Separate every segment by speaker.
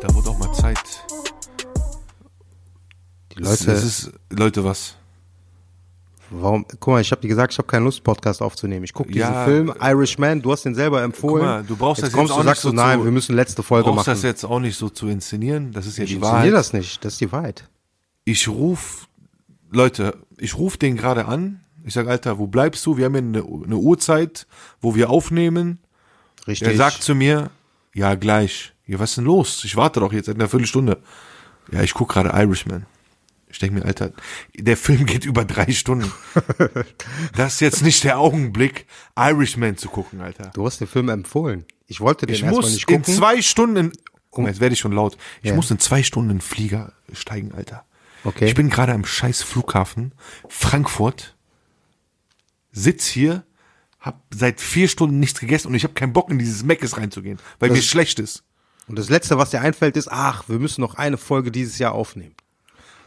Speaker 1: Da wurde auch mal Zeit.
Speaker 2: Die
Speaker 1: Das-
Speaker 2: Leute,
Speaker 1: das ist, Leute, was?
Speaker 2: warum, guck mal, ich habe dir gesagt, ich habe keine Lust, Podcast aufzunehmen. Ich gucke diesen
Speaker 1: Ja, äh,
Speaker 2: Film, Irishman, du hast den selber empfohlen.
Speaker 1: guck mal, du brauchst das
Speaker 2: jetzt kommst
Speaker 1: jetzt
Speaker 2: du
Speaker 1: auch
Speaker 2: und sagst
Speaker 1: nicht so
Speaker 2: du, nein,
Speaker 1: zu-
Speaker 2: wir müssen letzte Folge
Speaker 1: brauchst
Speaker 2: machen.
Speaker 1: das jetzt auch nicht so zu inszenieren. Das ist ja
Speaker 2: ich
Speaker 1: die
Speaker 2: inszeniere
Speaker 1: Wahrheit.
Speaker 2: das nicht, das ist die Wahrheit.
Speaker 1: Ich ruf, Leute, ich ruf den gerade an. Ich sag, Alter, wo bleibst du? Wir haben hier eine, eine Uhrzeit, wo wir aufnehmen.
Speaker 2: Richtig.
Speaker 1: Er sagt zu mir, ja, gleich. Ja, was ist denn los? Ich warte doch jetzt seit einer Viertelstunde. Ja, ich guck gerade Irishman. Ich denke mir, Alter, der Film geht über drei Stunden. das ist jetzt nicht der Augenblick, Irishman zu gucken, Alter.
Speaker 2: du hast den Film empfohlen. Ich wollte den
Speaker 1: Ich
Speaker 2: erstmal
Speaker 1: muss
Speaker 2: nicht
Speaker 1: in
Speaker 2: gucken. Um
Speaker 1: zwei Stunden. in- Guck mal, jetzt werde ich schon laut. Ich
Speaker 2: Ja.
Speaker 1: muss in zwei Stunden in den Flieger steigen, Alter.
Speaker 2: Okay.
Speaker 1: Ich bin gerade am scheiß Flughafen Frankfurt, sitz hier, hab seit vier Stunden nichts gegessen und ich habe keinen Bock in dieses Meckes reinzugehen, weil mir schlecht ist.
Speaker 2: und das Letzte, was dir einfällt, ist, ach, wir müssen noch eine Folge dieses Jahr aufnehmen.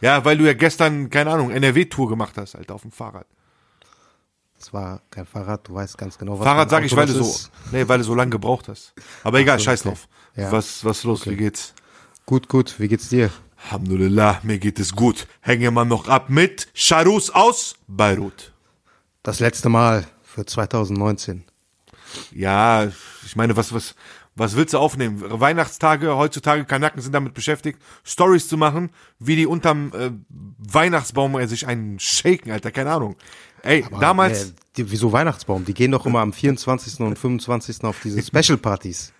Speaker 1: Ja, weil du ja gestern, keine Ahnung, NRW-Tour gemacht hast, Alter, auf dem Fahrrad.
Speaker 2: Das war kein Fahrrad, du weißt ganz genau, was für ein
Speaker 1: Fahrrad sag
Speaker 2: Auto
Speaker 1: ich, weil du
Speaker 2: das
Speaker 1: so,
Speaker 2: ist.
Speaker 1: nee, weil du so lange gebraucht hast. Aber egal, scheiß
Speaker 2: okay.
Speaker 1: drauf.
Speaker 2: Ja.
Speaker 1: Was, was los, wie geht's?
Speaker 2: Gut, gut, wie geht's dir?
Speaker 1: Alhamdulillah, mir geht es gut. Hänge mal noch ab mit Charus aus Beirut.
Speaker 2: Das letzte Mal für 2019.
Speaker 1: Ja, ich meine, was, was, was willst du aufnehmen? Weihnachtstage, heutzutage Kanaken sind damit beschäftigt, Stories zu machen, wie die unterm äh, Weihnachtsbaum äh, sich einen shaken, Alter, keine Ahnung. Ey, damals,
Speaker 2: Nee, die, wieso Weihnachtsbaum? Die gehen doch immer am 24. und 25. auf diese Special Partys.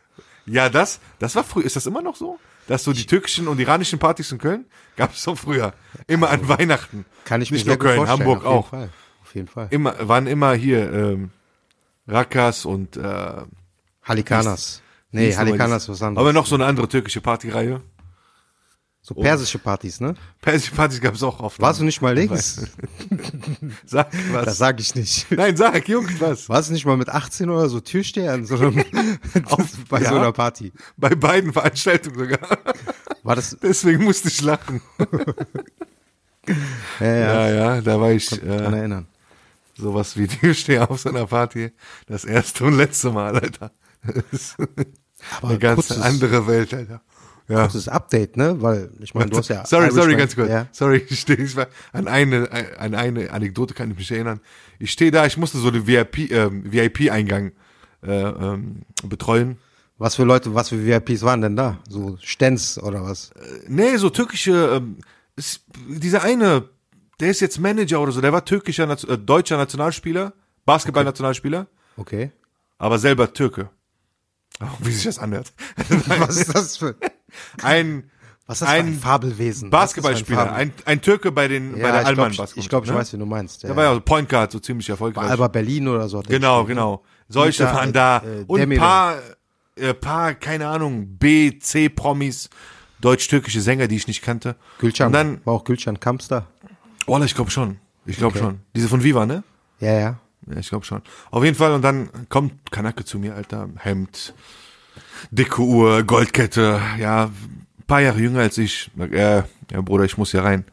Speaker 1: ja, das, das war früher, ist das immer noch so? Dass so die türkischen und iranischen Partys in Köln gab es so früher. Immer an Weihnachten.
Speaker 2: Kann ich
Speaker 1: Nicht nur
Speaker 2: mir sehr gut
Speaker 1: Köln,
Speaker 2: vorstellen.
Speaker 1: Hamburg
Speaker 2: auf jeden
Speaker 1: auch.
Speaker 2: Fall. Auf jeden Fall.
Speaker 1: Immer, waren immer hier ähm, Rakas und äh,
Speaker 2: Halikanas.
Speaker 1: wie
Speaker 2: Nee,
Speaker 1: ist nochmal
Speaker 2: Halikanas
Speaker 1: das?
Speaker 2: ist was anderes.
Speaker 1: Aber noch oh. so eine andere türkische Partyreihe.
Speaker 2: so persische Partys, ne?
Speaker 1: Persische Partys gab es auch oft.
Speaker 2: Warst du nicht mal links?
Speaker 1: Sag was.
Speaker 2: Das sage ich nicht.
Speaker 1: Nein, sag, Jungs, was?
Speaker 2: Warst du nicht mal mit 18 oder so Türsteher in so einem,
Speaker 1: Auf-
Speaker 2: bei
Speaker 1: ja.
Speaker 2: so einer Party?
Speaker 1: Bei beiden Veranstaltungen sogar.
Speaker 2: War das,
Speaker 1: Deswegen musste ich lachen.
Speaker 2: ja, ja,
Speaker 1: Ja, ja, da war ich
Speaker 2: kann
Speaker 1: äh,
Speaker 2: erinnern.
Speaker 1: sowas wie Türsteher auf so einer Party. Das erste und letzte Mal, Alter. Das ist eine ganz
Speaker 2: kurzes-
Speaker 1: andere Welt, Alter. Ja.
Speaker 2: Das ist Update, ne? Weil, ich meine, du hast ja.
Speaker 1: sorry, sorry,
Speaker 2: Irishman,
Speaker 1: ganz kurz.
Speaker 2: Ja.
Speaker 1: Sorry, ich stehe, ich war, an eine, an eine Anekdote kann ich mich erinnern. Ich stehe da, ich musste so den VIP, ähm, VIP-Eingang äh, ähm, betreuen.
Speaker 2: Was für Leute, was für VIPs waren denn da? So Stens oder was?
Speaker 1: Nee, so türkische, ähm, ist, dieser eine, der ist jetzt Manager oder so, der war türkischer, Nation- äh, deutscher Nationalspieler, Basketball-Nationalspieler,
Speaker 2: Okay.
Speaker 1: aber selber Türke. Auch wie sich das anhört.
Speaker 2: Was ist das für,
Speaker 1: ein
Speaker 2: was ist das
Speaker 1: Ein
Speaker 2: für ein Fabelwesen?
Speaker 1: Basketballspieler, ein, ein Türke bei den, bei der
Speaker 2: ich
Speaker 1: Allmann
Speaker 2: glaube, ich,
Speaker 1: Basketball. ne?
Speaker 2: ich, glaub, ich weiß, wie du meinst. Ja.
Speaker 1: Der war ja so Point Guard, so ziemlich erfolgreich.
Speaker 2: Alba Berlin oder so. hat er
Speaker 1: genau,
Speaker 2: gespielt, ne?
Speaker 1: genau. Solche
Speaker 2: Dieter,
Speaker 1: waren da.
Speaker 2: äh, äh,
Speaker 1: und ein
Speaker 2: Demirel.
Speaker 1: paar, äh, paar, keine Ahnung, B, C-Promis, deutsch-türkische Sänger, die ich nicht kannte.
Speaker 2: Gülcan,
Speaker 1: Und dann,
Speaker 2: war auch Gülcan Kamps da?
Speaker 1: Oh, ich glaube schon. Ich glaube schon. Diese von Viva, ne?
Speaker 2: Ja, ja.
Speaker 1: Ja, ich glaube schon. Auf jeden Fall. Und dann kommt Kanake zu mir, Alter. Hemd, dicke Uhr, Goldkette. Ja, ein paar Jahre jünger als ich. Sag, äh, ja, Bruder, ich muss hier rein.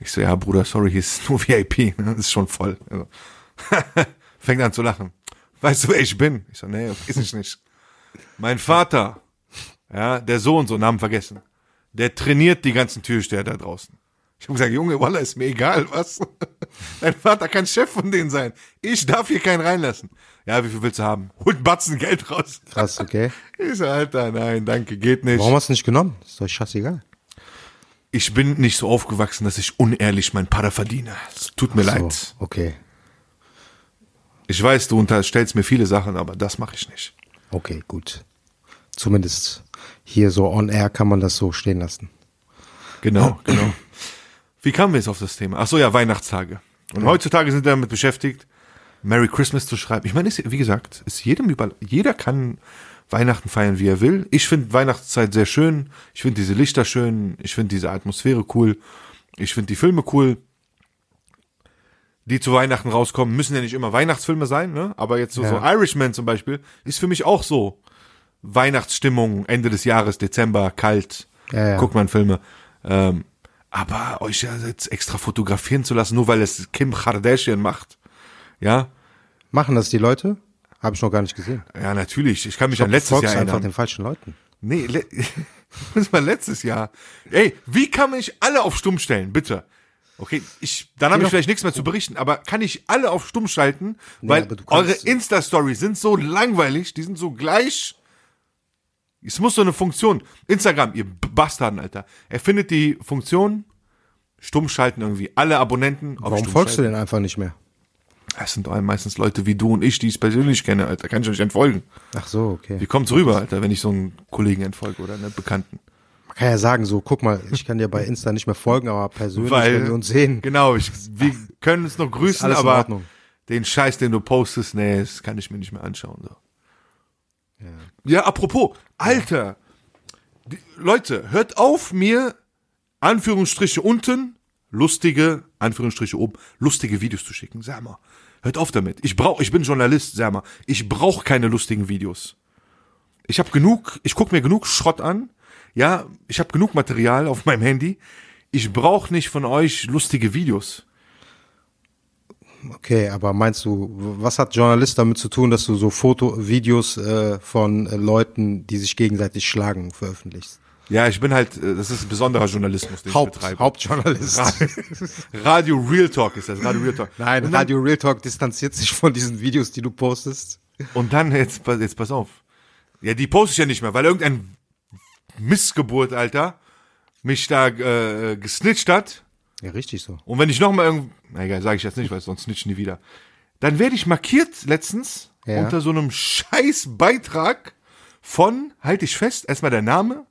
Speaker 1: Ich so, ja, Bruder, sorry, hier ist nur VIP. ne? ist schon voll. Also, fängt an zu lachen. Weißt du, wer ich bin? Ich so, nee, weiß ich nicht. Mein Vater, ja, der Sohn, so Namen vergessen, der trainiert die ganzen Türsteher da draußen. Ich habe gesagt, Junge, Walla, ist mir egal, was? Dein Vater kann Chef von denen sein. Ich darf hier keinen reinlassen. Ja, wie viel willst du haben? Holt einen Batzen Geld raus.
Speaker 2: Krass, okay.
Speaker 1: Ich so, Alter, nein, danke, geht nicht.
Speaker 2: Warum hast du nicht genommen? Ist doch scheißegal.
Speaker 1: Ich bin nicht so aufgewachsen, dass ich unehrlich mein Para verdiene. Es tut mir leid.
Speaker 2: So, okay.
Speaker 1: Ich weiß, du unterstellst mir viele Sachen, aber das mache ich nicht.
Speaker 2: Okay, gut. Zumindest hier so on air kann man das so stehen lassen.
Speaker 1: Genau, genau. Wie kamen wir jetzt auf das Thema? Ach so, ja, Weihnachtstage. Und heutzutage sind wir damit beschäftigt, Merry Christmas zu schreiben. Ich meine, ist, wie gesagt, ist jedem über, jeder kann Weihnachten feiern, wie er will. Ich finde Weihnachtszeit sehr schön. Ich finde diese Lichter schön. Ich finde diese Atmosphäre cool. Ich finde die Filme cool. Die zu Weihnachten rauskommen, müssen ja nicht immer Weihnachtsfilme sein, ne? Aber jetzt so, so Irishman zum Beispiel ist für mich auch so Weihnachtsstimmung, Ende des Jahres, Dezember, kalt,
Speaker 2: Ja, ja.
Speaker 1: guckt man Filme. Ähm, aber euch ja jetzt extra fotografieren zu lassen, nur weil es Kim Kardashian macht, ja,
Speaker 2: Machen das die Leute? Habe ich noch gar nicht gesehen.
Speaker 1: ja, natürlich. Ich kann mich
Speaker 2: Ich glaub,
Speaker 1: an
Speaker 2: du
Speaker 1: letztes
Speaker 2: folgst
Speaker 1: Jahr
Speaker 2: einfach
Speaker 1: erinnern.
Speaker 2: den falschen Leuten.
Speaker 1: Nee, le das war letztes Jahr. Ey, wie kann man ich alle auf stumm stellen, bitte? Okay, ich, dann habe ich vielleicht nichts mehr zu berichten, aber kann ich alle auf stumm schalten? weil
Speaker 2: aber du kannst
Speaker 1: eure
Speaker 2: so.
Speaker 1: Insta-Stories sind so langweilig, die sind so gleich. Es muss so eine Funktion. Instagram, ihr B- Bastarden, Alter. Erfindet die Funktion, stumm schalten irgendwie alle Abonnenten auf
Speaker 2: Warum
Speaker 1: stumm
Speaker 2: folgst
Speaker 1: schalten.
Speaker 2: du denen einfach nicht mehr?
Speaker 1: Das sind doch meistens Leute wie du und ich, die ich persönlich kenne, Alter. Kann ich euch entfolgen.
Speaker 2: Ach so, okay.
Speaker 1: Wie kommt's rüber, Alter, wenn ich so einen Kollegen entfolge oder einen Bekannten?
Speaker 2: Man kann ja sagen, so, guck mal, ich kann dir bei Insta nicht mehr folgen, aber persönlich,
Speaker 1: weil
Speaker 2: wenn wir uns sehen,
Speaker 1: Genau, ich, wir können uns noch grüßen,
Speaker 2: alles in
Speaker 1: aber
Speaker 2: Ordnung.
Speaker 1: den Scheiß, den du postest, nee, das kann ich mir nicht mehr anschauen. So. Ja. apropos, Alter, die, Leute, hört auf mir Anführungsstriche unten, lustige Anführungsstriche oben, lustige Videos zu schicken. Sag mal, hört auf damit. Ich brauch, ich bin Journalist, sag mal, ich brauche keine lustigen Videos. Ich habe genug, ich guck mir genug Schrott an. Ja, ich habe genug Material auf meinem Handy. Ich brauche nicht von euch lustige Videos.
Speaker 2: Okay, aber meinst du, w- was hat Journalist damit zu tun, dass du so Foto, Videos äh, von äh, Leuten, die sich gegenseitig schlagen, veröffentlichst?
Speaker 1: Ja, ich bin halt, äh, das ist besonderer Journalismus, den ich
Speaker 2: Haupt,
Speaker 1: betreibe.
Speaker 2: Hauptjournalist.
Speaker 1: Radio Real Talk ist das, Radio Real Talk.
Speaker 2: Nein,
Speaker 1: und dann,
Speaker 2: Radio Real Talk distanziert sich von diesen Videos, die du postest.
Speaker 1: Und dann, jetzt, pass- jetzt pass auf. Ja, die poste ich ja nicht mehr, weil irgendein Missgeburt, Alter, mich da äh, gesnitcht hat.
Speaker 2: Ja, richtig so.
Speaker 1: Und wenn ich nochmal irgend... Na egal, sage ich jetzt nicht, weil sonst snitchen die wieder. Dann werde ich markiert letztens
Speaker 2: Ja.
Speaker 1: unter so einem scheiß Beitrag von, halte ich fest, erstmal der Name,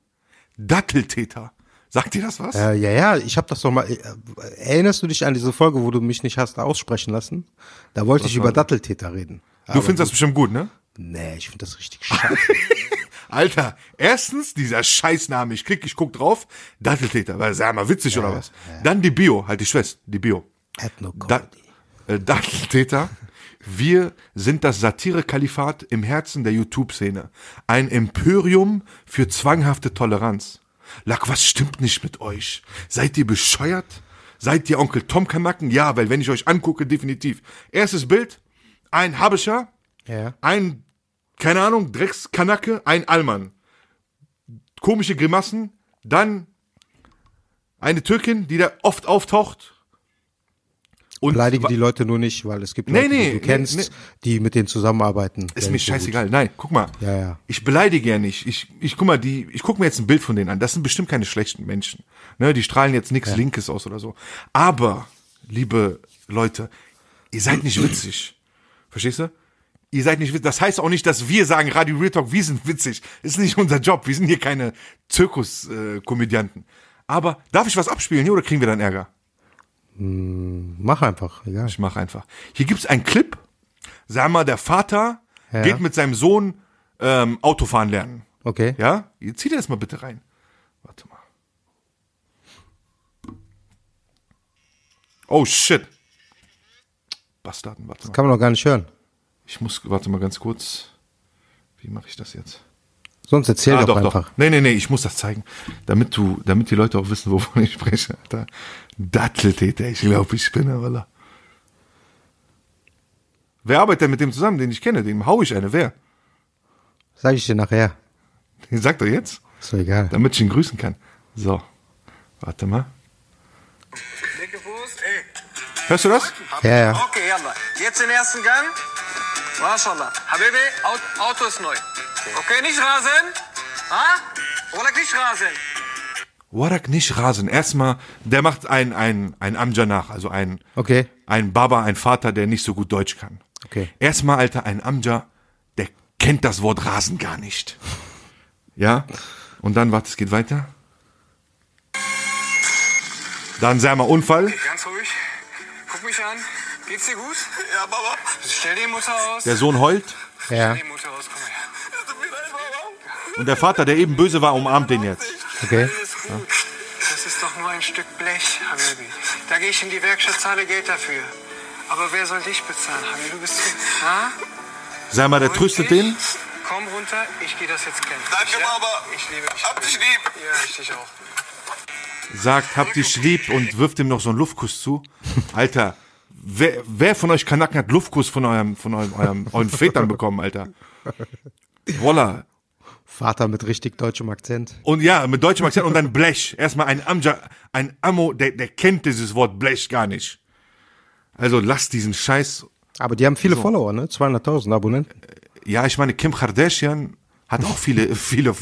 Speaker 1: Datteltäter. Sagt dir das was?
Speaker 2: Äh, ja, ja, ich habe das doch mal. Äh, erinnerst du dich an diese Folge, wo du mich nicht hast aussprechen lassen? Da wollte ich über Datteltäter reden.
Speaker 1: du findest das bestimmt gut, ne?
Speaker 2: Nee, ich finde das richtig scheiße.
Speaker 1: Alter, erstens dieser Scheißname, ich klick, ich guck drauf, Datteltäter, weil sag mal witzig oder was? Dann die Bio, halt ich fest, die Bio. Da,
Speaker 2: Ethno-Comedy.
Speaker 1: äh, Datteltäter, wir sind das Satire-Kalifat im Herzen der YouTube-Szene. Ein Imperium für zwanghafte Toleranz. Lack, was stimmt nicht mit euch? Seid ihr bescheuert? Seid ihr Onkel Tom Kamacken? Ja, weil wenn ich euch angucke, definitiv. Erstes Bild, ein Habescher,
Speaker 2: Ja.
Speaker 1: ein, keine Ahnung, Dreckskanacke, ein Allmann. Komische Grimassen, dann eine Türkin, die da oft auftaucht. Und
Speaker 2: Beleidige die Leute nur nicht, weil es gibt
Speaker 1: Nee,
Speaker 2: Leute,
Speaker 1: nee,
Speaker 2: die du
Speaker 1: nee,
Speaker 2: kennst,
Speaker 1: nee.
Speaker 2: die mit denen zusammenarbeiten.
Speaker 1: Ist
Speaker 2: Wenn
Speaker 1: mir
Speaker 2: ich so gut-
Speaker 1: scheißegal. Nein, guck mal.
Speaker 2: Ja, ja.
Speaker 1: Ich beleidige ja nicht. Ich, ich guck mal, die, ich guck mir jetzt ein Bild von denen an. Das sind bestimmt keine schlechten Menschen. Ne, die strahlen jetzt nichts Linkes aus oder so. Aber, liebe Leute, ihr seid nicht witzig. Verstehst du? Ihr seid nicht witzig. Das heißt auch nicht, dass wir sagen, Radio Real Talk, wir sind witzig. Ist nicht unser Job. Wir sind hier keine Zirkuskomödianten. Aber darf ich was abspielen hier oder kriegen wir dann Ärger?
Speaker 2: Mach einfach, egal.
Speaker 1: Ich mache einfach. Hier gibt's einen Clip. Sag mal, der Vater geht mit seinem Sohn ähm, Autofahren lernen.
Speaker 2: Okay.
Speaker 1: Ja? Jetzt zieh dir das mal bitte rein. Warte mal. Oh shit. Bastarden, warte mal.
Speaker 2: Kann man noch gar nicht hören.
Speaker 1: Ich muss, warte mal ganz kurz. Wie mache ich das jetzt?
Speaker 2: Sonst erzähl
Speaker 1: Ah,
Speaker 2: doch, einfach.
Speaker 1: Nee, nee, nee, ich muss das zeigen. Damit du, damit die Leute auch wissen, wovon ich spreche, Alter. Datteltäter, ich glaube, ich bin Walla. Wer arbeitet denn mit dem zusammen, den ich kenne? Dem hau ich eine. Wer?
Speaker 2: Sag ich dir nachher.
Speaker 1: Den sagt er jetzt,
Speaker 2: Ist doch egal.
Speaker 1: damit ich ihn grüßen kann. So. Warte mal.
Speaker 3: Dicke Wurst, ey.
Speaker 1: Hörst du das?
Speaker 2: Ja, ja.
Speaker 3: Okay, yalla. Jetzt den ersten Gang. Maşallah. Habibi, Aut- Auto ist neu. Okay, nicht rasen. Ha? Oder nicht rasen.
Speaker 1: Warak nicht rasen. Erstmal, der macht ein, ein, ein Amja nach, also ein,
Speaker 2: Okay.
Speaker 1: ein Baba, ein Vater, der nicht so gut Deutsch kann.
Speaker 2: Okay.
Speaker 1: Erstmal, Alter, ein Amja, der kennt das Wort Rasen gar nicht. Ja? Und dann, warte, es geht weiter. Dann, sag mal, Unfall.
Speaker 3: Ganz ruhig. Guck mich an. Geht's dir gut? Ja, Baba. Stell die Mutter aus.
Speaker 1: Der Sohn heult
Speaker 2: Ja,
Speaker 3: Stell die Mutter aus, komm her. Tut mir leid, Baba.
Speaker 1: und der Vater, der eben böse war, umarmt den jetzt.
Speaker 2: okay.
Speaker 3: Alles gut. Das ist doch nur ein Stück Blech, Habibi. Da gehe ich in die Werkstatt, zahle Geld dafür. Aber wer soll dich bezahlen, Habibi? Du bist... Ha?
Speaker 1: Sei mal, der tröstet den.
Speaker 3: Komm runter, ich gehe das jetzt kennen.
Speaker 4: Danke,
Speaker 3: ja?
Speaker 4: Baba.
Speaker 3: Ich liebe dich.
Speaker 4: Hab dich lieb.
Speaker 3: Ja, ich dich auch.
Speaker 1: sagt, hab dich lieb und wirft ihm noch so einen Luftkuss zu. Alter, wer, wer von euch Kanaken hat Luftkuss von eurem, von eurem, eurem, euren Vätern bekommen, Alter? Voila.
Speaker 2: Vater mit richtig deutschem Akzent.
Speaker 1: Und ja, mit deutschem Akzent und dann Blech. Erstmal ein Amja, ein Ammo, der, der kennt dieses Wort Blech gar nicht. Also lasst diesen Scheiß.
Speaker 2: Aber die haben viele Follower, ne? 200.000 Abonnenten.
Speaker 1: Ja, ich meine, Kim Kardashian hat auch viele, viele,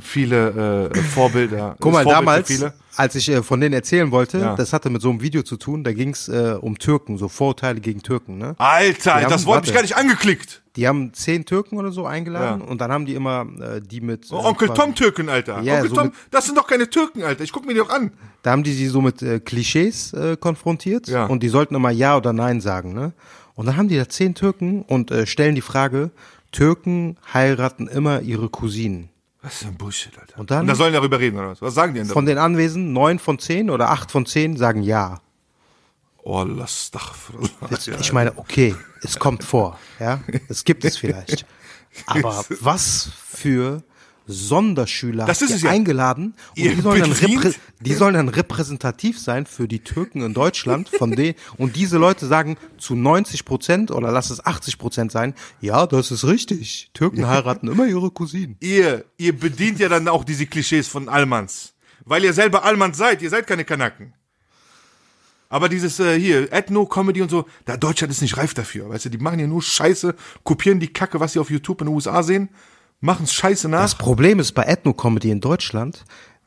Speaker 1: viele äh, Vorbilder.
Speaker 2: Guck mal,
Speaker 1: Ist Vorbild für
Speaker 2: damals,
Speaker 1: Viele.
Speaker 2: als ich äh, von denen erzählen wollte,
Speaker 1: Ja.
Speaker 2: das hatte mit so einem Video zu tun, da ging's äh, um Türken, so Vorurteile gegen Türken, ne?
Speaker 1: Alter,
Speaker 2: Die haben-
Speaker 1: das Wort hab ich
Speaker 2: warte.
Speaker 1: gar nicht angeklickt.
Speaker 2: Die haben zehn Türken oder so eingeladen
Speaker 1: Ja. Oh,
Speaker 2: und dann haben die immer äh, die mit. Äh,
Speaker 1: Onkel
Speaker 2: quasi-
Speaker 1: Tom Türken, Alter.
Speaker 2: Ja,
Speaker 1: Onkel
Speaker 2: so
Speaker 1: Tom,
Speaker 2: mit-
Speaker 1: das sind doch keine Türken, Alter. Ich guck mir die doch an.
Speaker 2: Da haben die sie so mit äh, Klischees äh, konfrontiert
Speaker 1: Ja.
Speaker 2: und die sollten immer Ja oder Nein sagen. Ne? Und dann haben die da zehn Türken und äh, stellen die Frage, Türken heiraten immer ihre Cousinen.
Speaker 1: Was für ein Bullshit, Alter.
Speaker 2: Und dann-
Speaker 1: Und da sollen die darüber reden, oder was? Was sagen die denn da?
Speaker 2: Von den Anwesenden, neun von zehn oder acht von zehn sagen Ja.
Speaker 1: Oh, lass doch.
Speaker 2: Ich meine, okay, es kommt vor. ja, Es gibt es vielleicht. Aber was für Sonderschüler
Speaker 1: Das
Speaker 2: habt
Speaker 1: ist
Speaker 2: ihr
Speaker 1: es ja.
Speaker 2: eingeladen und
Speaker 1: Ihr
Speaker 2: die sollen, dann
Speaker 1: bedient-
Speaker 2: reprä- die sollen dann repräsentativ sein für die Türken in Deutschland von denen und diese Leute sagen zu 90 Prozent oder lass es 80 Prozent sein, ja, das ist richtig. Türken heiraten immer ihre Cousinen.
Speaker 1: Ihr, ihr bedient ja dann auch diese Klischees von Almans. Weil ihr selber Almans seid. Ihr seid keine Kanaken. Aber dieses äh, hier, Ethno-Comedy und so, da Deutschland ist nicht reif dafür. Weißt du, die machen ja nur Scheiße, kopieren die Kacke, was sie auf YouTube in den USA sehen, machen Scheiße nach.
Speaker 2: Das Problem ist bei Ethno-Comedy in Deutschland,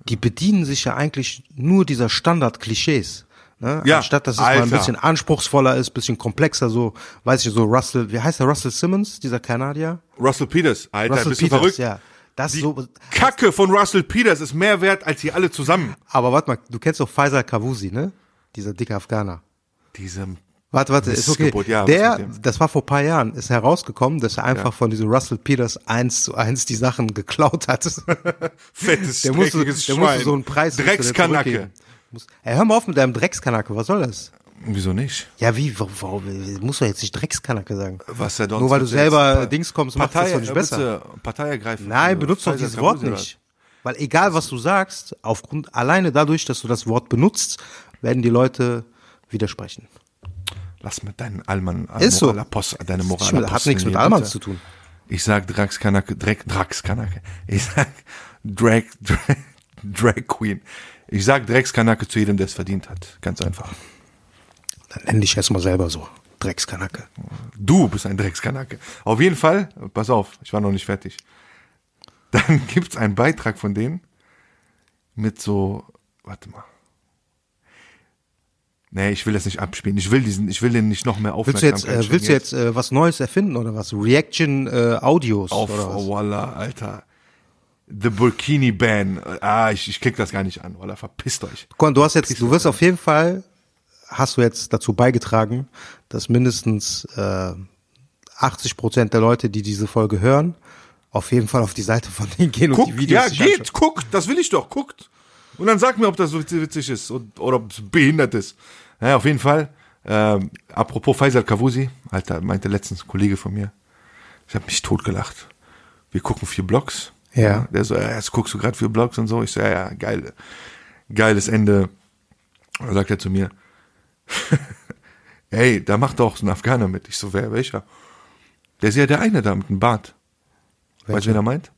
Speaker 2: die bedienen sich ja eigentlich nur dieser Standard-Klischees. Ne?
Speaker 1: Ja,
Speaker 2: Anstatt dass es mal ein
Speaker 1: Alter.
Speaker 2: bisschen anspruchsvoller ist, bisschen komplexer, so, weiß ich, so Russell, wie heißt der Russell Simmons, dieser Kanadier?
Speaker 1: Russell Peters, Alter,
Speaker 2: Russell
Speaker 1: bist du verrückt?
Speaker 2: ja. Das
Speaker 1: Die
Speaker 2: so,
Speaker 1: Kacke von Russell Peters ist mehr wert als die alle zusammen.
Speaker 2: aber warte mal, du kennst doch Faisal Kavusi, ne? Dieser dicke Afghaner.
Speaker 1: Diesem.
Speaker 2: Warte, warte, ist okay.
Speaker 1: Missgeburt, ja, was
Speaker 2: der,
Speaker 1: mit dem?
Speaker 2: das war vor ein paar Jahren, ist herausgekommen, dass er einfach von diesem Russell Peters eins zu eins die Sachen geklaut hat.
Speaker 1: Fettes,
Speaker 2: Der musste,
Speaker 1: dreckiges
Speaker 2: der musste
Speaker 1: Schwein.
Speaker 2: so einen Preis musste der
Speaker 1: Dreckskanacke.
Speaker 2: zurückgeben. Muss- Ey, hör mal auf mit deinem Dreckskanacke, was soll das?
Speaker 1: Wieso nicht?
Speaker 2: Ja, wie, warum, warum muss doch jetzt nicht Dreckskanacke sagen?
Speaker 1: Was er dort
Speaker 2: Nur weil du
Speaker 1: jetzt-
Speaker 2: selber
Speaker 1: Pa-
Speaker 2: Dings kommst, macht
Speaker 1: Partei,
Speaker 2: das doch nicht besser.
Speaker 1: bitte, Partei ergreifen.
Speaker 2: Nein,
Speaker 1: Äh,
Speaker 2: benutzt doch
Speaker 1: Pfizer
Speaker 2: dieses Wort
Speaker 1: Kabusi,
Speaker 2: nicht. Weil egal was du sagst, aufgrund, alleine dadurch, dass du das Wort benutzt, werden die Leute widersprechen.
Speaker 1: oder? Lass mit deinen Alman,
Speaker 2: Ist so.
Speaker 1: Moralapost- deine
Speaker 2: Ich
Speaker 1: Moral
Speaker 2: will- Hat nichts mit Almans zu tun.
Speaker 1: Ich sag Draxkanacke, Dreck, Draxkanacke. Ich sag Drag, Drag, Drag Queen. Ich sag Dreckskanacke zu jedem, der es verdient hat. Ganz einfach.
Speaker 2: Dann nenn dich erstmal selber so. Dreckskanacke.
Speaker 1: Du bist ein Dreckskanacke. Auf jeden Fall, pass auf, ich war noch nicht fertig. Dann gibt's einen Beitrag von denen mit so, warte mal. Nee, ich will das nicht abspielen. Ich will diesen, ich will den nicht noch mehr
Speaker 2: Willst du
Speaker 1: aufmerksam
Speaker 2: jetzt, äh, willst du jetzt äh, was Neues erfinden oder was? Reaction äh, Audios
Speaker 1: auf
Speaker 2: oder was?
Speaker 1: Walla, Alter. The Burkini Ban. Ah, ich, ich klick das gar nicht an. Walla, verpisst euch.
Speaker 2: Guck mal, du hast jetzt, du wirst auf jeden Fall, hast du jetzt dazu beigetragen, dass mindestens äh, 80 Prozent der Leute, die diese Folge hören, auf jeden Fall auf die Seite von denen gehen und die
Speaker 1: Guckt,
Speaker 2: Videos
Speaker 1: ja,
Speaker 2: sich anschauen.
Speaker 1: geht, guckt, das will ich doch, guckt. Und dann sag mir, ob das so witzig ist und, oder ob es behindert ist. Naja, auf jeden Fall. Ähm, apropos Faisal Kavusi, Alter, meinte letztens ein Kollege von mir, ich habe mich totgelacht. Wir gucken vier Blogs.
Speaker 2: Ja.
Speaker 1: Der so, ja, jetzt guckst du gerade vier Blogs und so. Ich so, ja, ja, geil. Geiles Ende. Und dann sagt er zu mir, hey, da macht doch so ein Afghaner mit. Ich so, wer, welcher? Der ist ja der eine da mit dem Bart. Weißt du, wen er meint?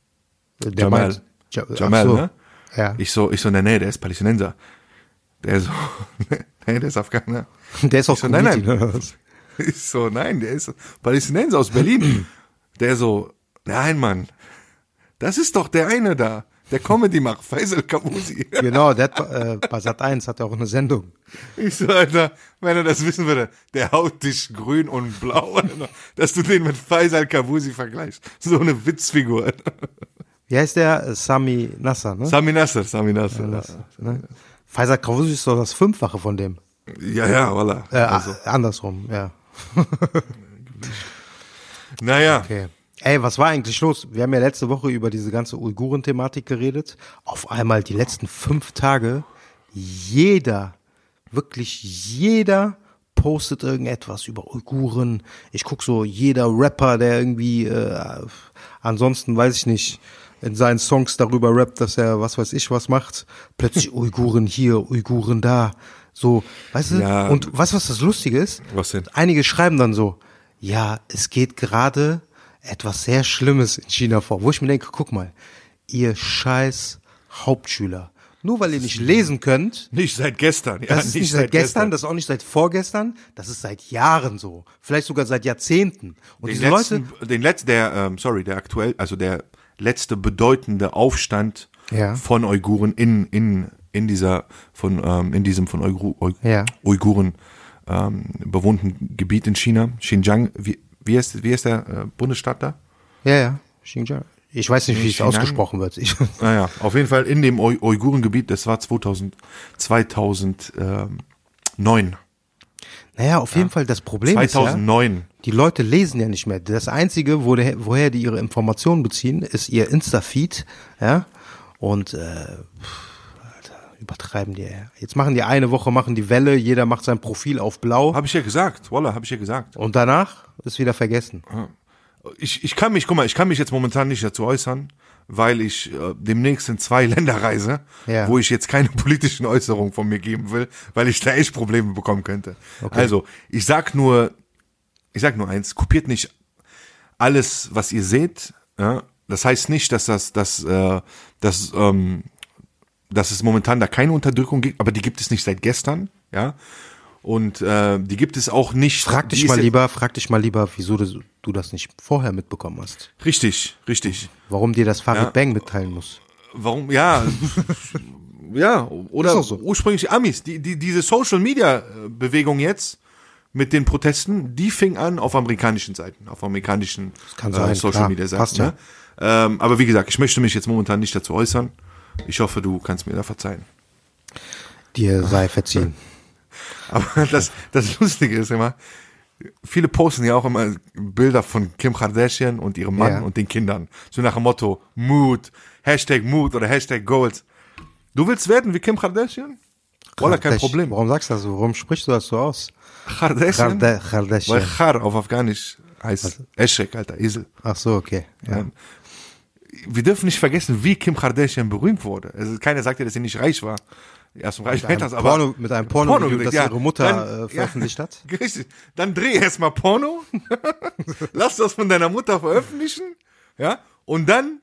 Speaker 2: Der
Speaker 1: Jamal.
Speaker 2: meint- Ja, ach
Speaker 1: Jamal,
Speaker 2: so.
Speaker 1: ne?
Speaker 2: Ja.
Speaker 1: Ich so, ich so, nee, nee, der ist Palästinenser. Der so, nee, der ist Afghaner.
Speaker 2: der ist auch
Speaker 1: Ich so, nein,
Speaker 2: Comedian.
Speaker 1: nein. Ich so, nein, der ist Palästinenser aus Berlin. Der so, nein, Mann, das ist doch der eine da, der Comedy macht, Faisal Kabusi.
Speaker 2: Genau, der hat, äh, bei Sat 1 hat er auch eine Sendung.
Speaker 1: Ich so, Alter, wenn er das wissen würde, der haut dich grün und blau, Alter, dass du den mit Faisal Kabusi vergleichst. So eine Witzfigur. Alter.
Speaker 2: Wie heißt der? Äh, Sami Nasser, ne?
Speaker 1: Sami Nasser, Sami Nasser.
Speaker 2: ne? Faisal Kawusi ist doch das Fünffache von dem.
Speaker 1: Ja, ja, voilà.
Speaker 2: Äh, a- Andersrum, ja.
Speaker 1: Naja,
Speaker 2: Okay. Ey, was war eigentlich los? Wir haben ja letzte Woche über diese ganze Uiguren-Thematik geredet. Auf einmal die letzten fünf Tage, jeder, wirklich jeder postet irgendetwas über Uiguren. Ich guck so, jeder Rapper, der irgendwie, äh, ansonsten weiß ich nicht, in seinen Songs darüber rappt, dass er was weiß ich was macht. Plötzlich Uiguren hier, Uiguren da. So, weißt du?
Speaker 1: Ja.
Speaker 2: Und was, was das Lustige ist?
Speaker 1: Was denn?
Speaker 2: Einige schreiben dann so, ja, es geht gerade etwas sehr Schlimmes in China vor, wo ich mir denke, guck mal, ihr scheiß Hauptschüler, nur weil ihr nicht lesen könnt,
Speaker 1: nicht seit gestern. Ja,
Speaker 2: das ist nicht seit gestern, das ist auch nicht seit vorgestern, das ist seit Jahren so, vielleicht sogar seit Jahrzehnten. Und
Speaker 1: den
Speaker 2: diese
Speaker 1: letzten,
Speaker 2: Leute,
Speaker 1: den letzten, der, ähm, sorry, der aktuell, also der letzte bedeutende Aufstand
Speaker 2: Ja.
Speaker 1: von Uiguren in in in dieser von ähm, in diesem von Uigur, Uig-
Speaker 2: Ja.
Speaker 1: Uiguren ähm, bewohnten Gebiet in China, Xinjiang. Wie wie heißt wie heißt der äh, Bundesstaat da?
Speaker 2: ja, ja, Xinjiang. Ich weiß nicht, wie es
Speaker 1: Xinjiang?
Speaker 2: ausgesprochen wird. Ich,
Speaker 1: Naja, Ah auf jeden Fall in dem Ui- Uigurengebiet. Das war ähm, 2000 2009.
Speaker 2: naja, auf jeden Fall das Problem ist ja,
Speaker 1: 2009.
Speaker 2: Die Leute lesen ja nicht mehr. Das Einzige, wo der, woher die ihre Informationen beziehen, ist ihr Insta-Feed. Ja? Und äh, pff, Alter, übertreiben die. ey. Jetzt machen die eine Woche, machen die Welle, jeder macht sein Profil auf blau.
Speaker 1: Habe ich ja gesagt, Walla, habe ich ja gesagt.
Speaker 2: Und danach ist wieder vergessen.
Speaker 1: ich, ich kann mich, guck mal, ich kann mich jetzt momentan nicht dazu äußern, weil ich äh, demnächst in zwei Länder reise,
Speaker 2: Ja.
Speaker 1: wo ich jetzt keine politischen Äußerungen von mir geben will, weil ich da echt Probleme bekommen könnte. Also, ich sag nur, ich sag nur eins, kopiert nicht alles, was ihr seht. Ja? Das heißt nicht, dass das, dass, äh, dass, ähm, dass es momentan da keine Unterdrückung gibt, aber die gibt es nicht seit gestern, ja. Und äh, die gibt es auch nicht.
Speaker 2: Frag
Speaker 1: die
Speaker 2: dich
Speaker 1: ist
Speaker 2: mal
Speaker 1: ja-
Speaker 2: lieber, frag dich mal lieber, wieso du, du das nicht vorher mitbekommen hast.
Speaker 1: Richtig, richtig.
Speaker 2: Warum dir das Farid Bang mitteilen muss.
Speaker 1: Warum? Ja. ja,
Speaker 2: Ist
Speaker 1: oder
Speaker 2: auch so.
Speaker 1: ursprünglich Amis. Die, die, diese Social Media äh, Bewegung jetzt mit den Protesten, die fing an auf amerikanischen Seiten, auf amerikanischen äh,
Speaker 2: kann sein,
Speaker 1: Social
Speaker 2: klar.
Speaker 1: Media Seiten.
Speaker 2: Passt ja.
Speaker 1: Ne? Ähm, aber wie gesagt, ich möchte mich jetzt momentan nicht dazu äußern. Ich hoffe, du kannst mir da verzeihen.
Speaker 2: Dir sei verziehen.
Speaker 1: Aber das, das Lustige ist immer, viele posten ja auch immer Bilder von Kim Kardashian und ihrem Mann
Speaker 2: Ja.
Speaker 1: und den Kindern. So nach dem Motto Mood, Hashtag Mood oder Hashtag Goals. Du willst werden wie Kim Kardashian? Oder kein
Speaker 2: Kardash-
Speaker 1: Problem.
Speaker 2: Warum sagst du das so? Warum sprichst du das so aus?
Speaker 1: Kardashian?
Speaker 2: Karda-
Speaker 1: Weil
Speaker 2: Kardashian.
Speaker 1: Khar auf Afghanisch heißt Eschek, alter Esel.
Speaker 2: Ach so, okay. Ja.
Speaker 1: Ja. Wir dürfen nicht vergessen, wie Kim Kardashian berühmt wurde. Also keiner sagt ja, dass sie nicht reich war. Erst im Reich
Speaker 2: Mit
Speaker 1: Eltern,
Speaker 2: einem
Speaker 1: aber
Speaker 2: Porno, mit einem Porno,
Speaker 1: Pornovideo,
Speaker 2: das
Speaker 1: ja.
Speaker 2: ihre Mutter
Speaker 1: Dann-
Speaker 2: äh, veröffentlicht hat.
Speaker 1: Ja, richtig. Dann dreh erstmal Porno. Lass das von deiner Mutter veröffentlichen. Ja. Und dann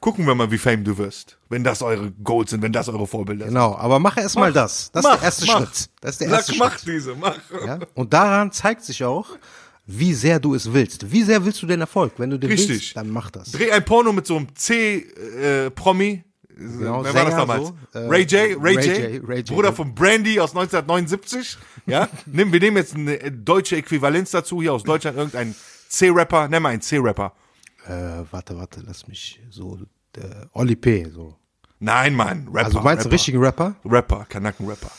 Speaker 1: gucken wir mal, wie fame du wirst. Wenn das eure Goals sind, wenn das eure Vorbilder sind.
Speaker 2: Genau, aber mach erst mal das. Das ist der erste
Speaker 1: mach.
Speaker 2: Schritt. Das ist der
Speaker 1: Sag,
Speaker 2: erste
Speaker 1: mach
Speaker 2: Schritt.
Speaker 1: diese, mach.
Speaker 2: Ja? Und daran zeigt sich auch, wie sehr du es willst. Wie sehr willst du den Erfolg? Wenn du den
Speaker 1: Richtig.
Speaker 2: willst, dann mach das.
Speaker 1: Dreh ein Porno mit so einem C-Promi.
Speaker 2: Genau,
Speaker 1: Wer war
Speaker 2: Sänger
Speaker 1: das damals?
Speaker 2: so, äh,
Speaker 1: Ray, J, Ray,
Speaker 2: Ray
Speaker 1: J,
Speaker 2: J, Ray J.
Speaker 1: Bruder von Brandy aus 1979. Ja, nehmen wir nehmen jetzt eine äh, deutsche Äquivalenz dazu hier aus Deutschland irgendein C-Rapper. Nenn mal einen C-Rapper.
Speaker 2: Äh, warte, warte, lass mich so. Äh, Oli P. So.
Speaker 1: Nein, Mann, Rapper.
Speaker 2: Also meinst du
Speaker 1: Rapper.
Speaker 2: richtigen Rapper?
Speaker 1: Rapper, Kanaken-Rapper.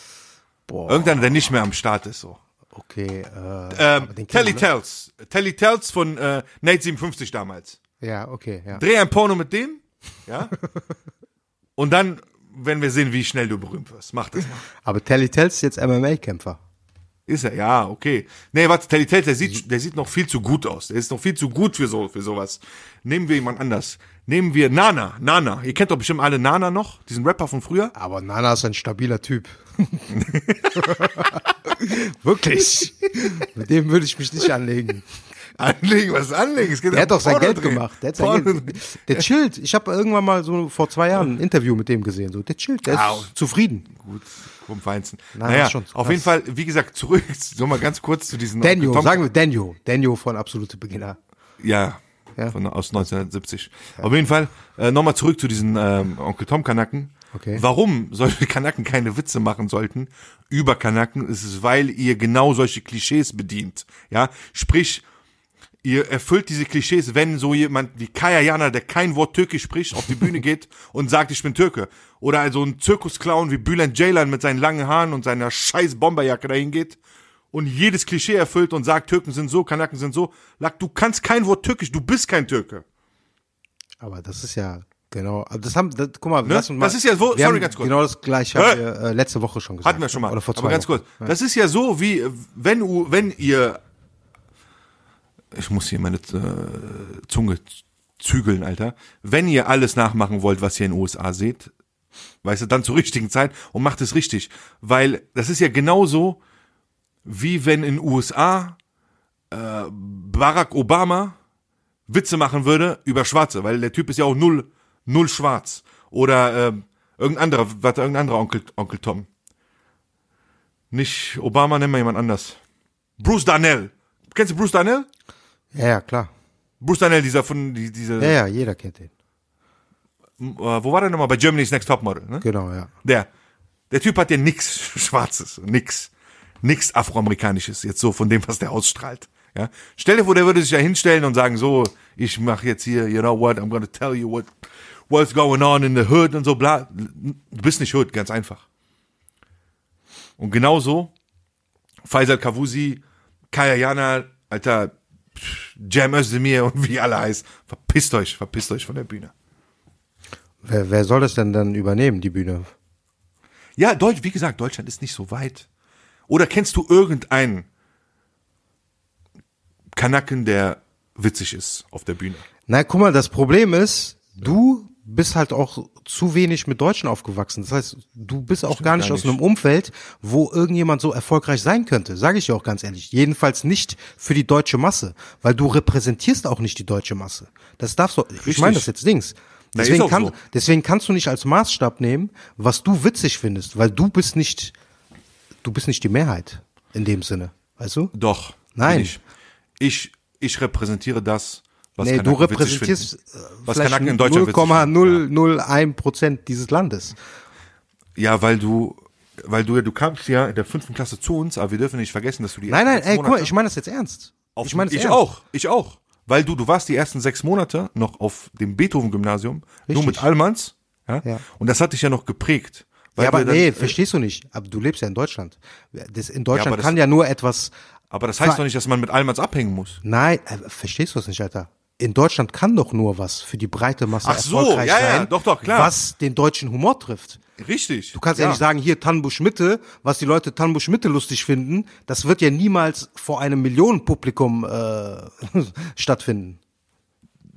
Speaker 2: Boah,
Speaker 1: Irgendeiner, der nicht mehr am Start ist so.
Speaker 2: okay. Äh, aber
Speaker 1: Ähm,
Speaker 2: den
Speaker 1: Telly
Speaker 2: kennen wir, ne?
Speaker 1: Tells. Telly Tells von äh, Nate 57 damals.
Speaker 2: Ja, okay. Ja.
Speaker 1: Dreh ein Porno mit dem, ja. Und dann werden wir sehen, wie schnell du berühmt wirst. Mach das mal.
Speaker 2: Aber Telly Tells ist jetzt MMA-Kämpfer.
Speaker 1: Ist er, ja, okay. Nee, warte, Telly Tells, der sieht, der sieht noch viel zu gut aus. Der ist noch viel zu gut für so, für sowas. Nehmen wir jemand anders. Nehmen wir Nana, Nana. Ihr kennt doch bestimmt alle Nana noch, diesen Rapper von früher.
Speaker 2: Aber Nana ist ein stabiler Typ. Wirklich. Mit dem würde ich mich nicht anlegen.
Speaker 1: Anlegen, was ist anlegen? Es geht
Speaker 2: Der hat
Speaker 1: um
Speaker 2: doch sein
Speaker 1: Porno
Speaker 2: Geld
Speaker 1: drehen.
Speaker 2: gemacht. Der, hat sein
Speaker 1: Porno-
Speaker 2: Geld, der chillt. Ich habe irgendwann mal so vor zwei Jahren ein Interview mit dem gesehen. So, der chillt, der ist
Speaker 1: Au.
Speaker 2: zufrieden.
Speaker 1: Gut, vom Feinsten.
Speaker 2: Nein,
Speaker 1: naja,
Speaker 2: ist schon krass.
Speaker 1: auf jeden Fall, wie gesagt, zurück, so mal ganz kurz zu diesen...
Speaker 2: Daniel,
Speaker 1: Tom-
Speaker 2: sagen wir Daniel. Daniel von Absolute Beginner.
Speaker 1: Ja,
Speaker 2: Ja.
Speaker 1: Von, aus 1970. Auf jeden Fall, äh, nochmal zurück zu diesen ähm, Onkel Tom Kanaken.
Speaker 2: Okay.
Speaker 1: Warum solche Kanaken keine Witze machen sollten über Kanaken, ist es, weil ihr genau solche Klischees bedient. Ja, sprich, ihr erfüllt diese Klischees, wenn so jemand wie Kaya Jana, der kein Wort Türkisch spricht, auf die Bühne geht und sagt, ich bin Türke. Oder also ein Zirkusclown wie Bülent Ceylan mit seinen langen Haaren und seiner scheiß Bomberjacke dahin geht und jedes Klischee erfüllt und sagt, Türken sind so, Kanaken sind so. Lack, du kannst kein Wort Türkisch, du bist kein Türke.
Speaker 2: Aber das ist ja genau. Aber das haben, das, guck mal, lass uns mal.
Speaker 1: Ne? Das ist ja so-
Speaker 2: wir
Speaker 1: sorry,
Speaker 2: haben
Speaker 1: ganz kurz.
Speaker 2: Genau das gleiche
Speaker 1: Hä?
Speaker 2: haben wir äh, letzte Woche schon gesagt.
Speaker 1: Hatten wir schon mal.
Speaker 2: Oder vor zwei
Speaker 1: Aber ganz kurz.
Speaker 2: Wochen.
Speaker 1: Das ist ja so, wie äh, wenn, u- wenn ihr. Ich muss hier meine äh, Zunge zügeln, Alter. Wenn ihr alles nachmachen wollt, was ihr in den USA seht, weißt du, dann zur richtigen Zeit und macht es richtig. Weil das ist ja genauso, wie wenn in den USA äh, Barack Obama Witze machen würde über Schwarze, weil der Typ ist ja auch null, null schwarz. Oder ähm, irgendein anderer, warte, irgendein anderer Onkel, Onkel Tom. Nicht Obama, nennen wir jemand anders. Bruce Darnell. Kennst du Bruce Darnell?
Speaker 2: Ja, ja, klar.
Speaker 1: Bruce Darnell, dieser von, die, diese,
Speaker 2: Ja, ja, jeder kennt den.
Speaker 1: äh, wo war der nochmal? Bei Germany's Next Topmodel, ne?
Speaker 2: Genau, ja.
Speaker 1: Der. Der Typ hat ja nix Schwarzes, nix, nix Afroamerikanisches, jetzt so von dem, was der ausstrahlt. Ja? Stell dir vor, der würde sich ja hinstellen und sagen, so, ich mache jetzt hier, you know what, I'm gonna tell you what, what's going on in the hood und so, bla. Du bist nicht hood, ganz einfach. Und genauso, Faisal Kavusi, Kaya Jana, Alter, pff, Jam Özdemir und wie alle heißen, verpisst euch, verpisst euch von der Bühne.
Speaker 2: Wer, wer soll das denn dann übernehmen, die Bühne?
Speaker 1: Ja, Deutsch, wie gesagt, Deutschland ist nicht so weit. Oder kennst du irgendeinen Kanaken, der witzig ist auf der Bühne?
Speaker 2: Na, guck mal, das Problem ist, du bist halt auch zu wenig mit Deutschen aufgewachsen. Das heißt, du bist auch gar nicht,
Speaker 1: gar
Speaker 2: aus einem Umfeld, wo irgendjemand so erfolgreich sein könnte. Sage ich dir auch ganz ehrlich. Jedenfalls nicht für die deutsche Masse, weil du repräsentierst auch nicht die deutsche Masse. Das darfst du. Ich meine das jetzt links.
Speaker 1: ist
Speaker 2: Deswegen,
Speaker 1: auch
Speaker 2: kann,
Speaker 1: so.
Speaker 2: deswegen kannst du nicht als Maßstab nehmen, was du witzig findest, weil du bist nicht, du bist nicht die Mehrheit in dem Sinne, weißt du?
Speaker 1: Doch.
Speaker 2: Nein.
Speaker 1: bin Ich, ich, ich repräsentiere das, was
Speaker 2: Nee, du
Speaker 1: Kanaken witzig
Speaker 2: repräsentierst äh,
Speaker 1: finden. Was
Speaker 2: vielleicht
Speaker 1: Kanaken in Deutschland witzig finden.
Speaker 2: 0,001 Prozent dieses Landes.
Speaker 1: Ja, weil du, weil du ja, du kamst ja in der fünften Klasse zu uns, aber wir dürfen nicht vergessen, dass du die
Speaker 2: Nein, nein,
Speaker 1: ersten
Speaker 2: ey,
Speaker 1: sechs
Speaker 2: guck mal,
Speaker 1: Monate
Speaker 2: ich meine das jetzt ernst.
Speaker 1: ne? auf,
Speaker 2: ich meine das
Speaker 1: ich
Speaker 2: ernst.
Speaker 1: auch, ich auch. Weil du, du warst die ersten sechs Monate noch auf dem Beethoven-Gymnasium, nur
Speaker 2: Richtig.
Speaker 1: mit Allmanns, ja?
Speaker 2: Ja.
Speaker 1: Und das hat dich ja noch geprägt. Weil
Speaker 2: Ja,
Speaker 1: du
Speaker 2: aber
Speaker 1: dann- äh,
Speaker 2: nee, verstehst du nicht. Aber du lebst ja in Deutschland. Das, in
Speaker 1: Ja,
Speaker 2: Deutschland
Speaker 1: aber das-
Speaker 2: kann ja nur etwas.
Speaker 1: Aber das heißt doch nicht, dass man mit Almans abhängen muss.
Speaker 2: Nein, äh, verstehst du das nicht, Alter? In Deutschland kann doch nur was für die breite Masse
Speaker 1: Ach so,
Speaker 2: erfolgreich
Speaker 1: ja, ja,
Speaker 2: sein,
Speaker 1: doch, doch, klar.
Speaker 2: was den deutschen Humor trifft.
Speaker 1: Richtig.
Speaker 2: Du kannst ja, nicht sagen, hier Tannbusch Mitte, was die Leute Tannbusch Mitte lustig finden, das wird ja niemals vor einem Millionenpublikum äh, stattfinden.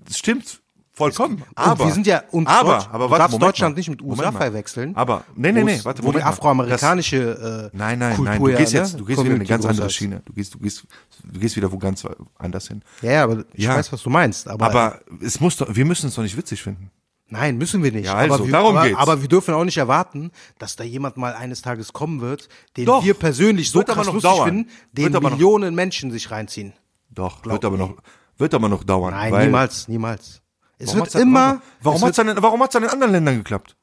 Speaker 1: das stimmt vollkommen.
Speaker 2: Aber,
Speaker 1: aber
Speaker 2: und wir sind ja und
Speaker 1: aber,
Speaker 2: Deutsch-
Speaker 1: aber
Speaker 2: du
Speaker 1: warte,
Speaker 2: darfst
Speaker 1: Moment
Speaker 2: Deutschland
Speaker 1: mal.
Speaker 2: nicht mit USA
Speaker 1: Moment mal.
Speaker 2: verwechseln.
Speaker 1: Aber nee, nee,
Speaker 2: wo
Speaker 1: nee,
Speaker 2: es-
Speaker 1: warte,
Speaker 2: wo die
Speaker 1: Moment mal.
Speaker 2: afroamerikanische äh,
Speaker 1: Das, nein, nein,
Speaker 2: Kultur
Speaker 1: nein, du gehst
Speaker 2: ja,
Speaker 1: jetzt,
Speaker 2: ne,
Speaker 1: du gehst wieder in eine
Speaker 2: Community
Speaker 1: ganz
Speaker 2: groß
Speaker 1: andere
Speaker 2: ist.
Speaker 1: Schiene. Du gehst, du gehst, du gehst wieder wo ganz anders hin.
Speaker 2: Ja, ja, aber ich
Speaker 1: Ja.
Speaker 2: weiß, was du meinst, aber,
Speaker 1: Aber es muss doch, wir müssen es doch nicht witzig finden.
Speaker 2: nein, müssen wir nicht.
Speaker 1: Ja, also,
Speaker 2: aber wir,
Speaker 1: darum
Speaker 2: aber,
Speaker 1: geht's.
Speaker 2: aber wir dürfen auch nicht erwarten, dass da jemand mal eines Tages kommen wird, den
Speaker 1: Doch.
Speaker 2: wir persönlich so
Speaker 1: Wird aber
Speaker 2: krass
Speaker 1: noch
Speaker 2: lustig
Speaker 1: dauern.
Speaker 2: finden, den
Speaker 1: Wird aber noch-
Speaker 2: Millionen Menschen sich reinziehen.
Speaker 1: Doch, wird aber noch, wird aber noch dauern.
Speaker 2: Nein,
Speaker 1: weil-
Speaker 2: niemals, niemals. Es
Speaker 1: Warum
Speaker 2: wird
Speaker 1: hat's dann-
Speaker 2: immer
Speaker 1: Warum
Speaker 2: es
Speaker 1: hat es dann, in- warum hat's dann in anderen Ländern geklappt?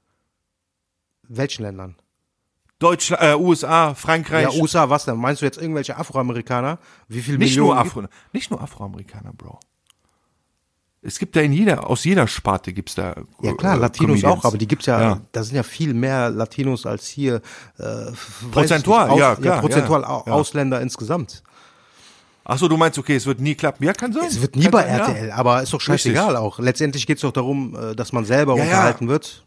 Speaker 2: wird, welchen Ländern?
Speaker 1: Deutschland, äh, USA, Frankreich.
Speaker 2: Ja, USA, was denn? Meinst du jetzt irgendwelche Afroamerikaner? Wie viel
Speaker 1: Nicht
Speaker 2: Millionen
Speaker 1: nur,
Speaker 2: gibt-
Speaker 1: Afro, nicht nur Afroamerikaner, Bro. Es gibt da in jeder, aus jeder Sparte gibt's da.
Speaker 2: Ja klar, Latinos auch, aber die gibt's ja,
Speaker 1: Äh, Ja.
Speaker 2: da sind ja viel mehr Latinos als hier äh, weiß ich
Speaker 1: Prozentual,
Speaker 2: nicht,
Speaker 1: ja, klar,
Speaker 2: ja prozentual
Speaker 1: ja,
Speaker 2: Au-
Speaker 1: ja.
Speaker 2: Ausländer insgesamt.
Speaker 1: Achso, du meinst, okay, es wird nie klappen. Ja, kann sein.
Speaker 2: Es wird nie
Speaker 1: kann
Speaker 2: bei
Speaker 1: sein,
Speaker 2: RTL,
Speaker 1: Ja.
Speaker 2: aber ist doch scheißegal auch. Letztendlich geht's doch darum, äh, dass man selber
Speaker 1: Ja, ja.
Speaker 2: unterhalten wird.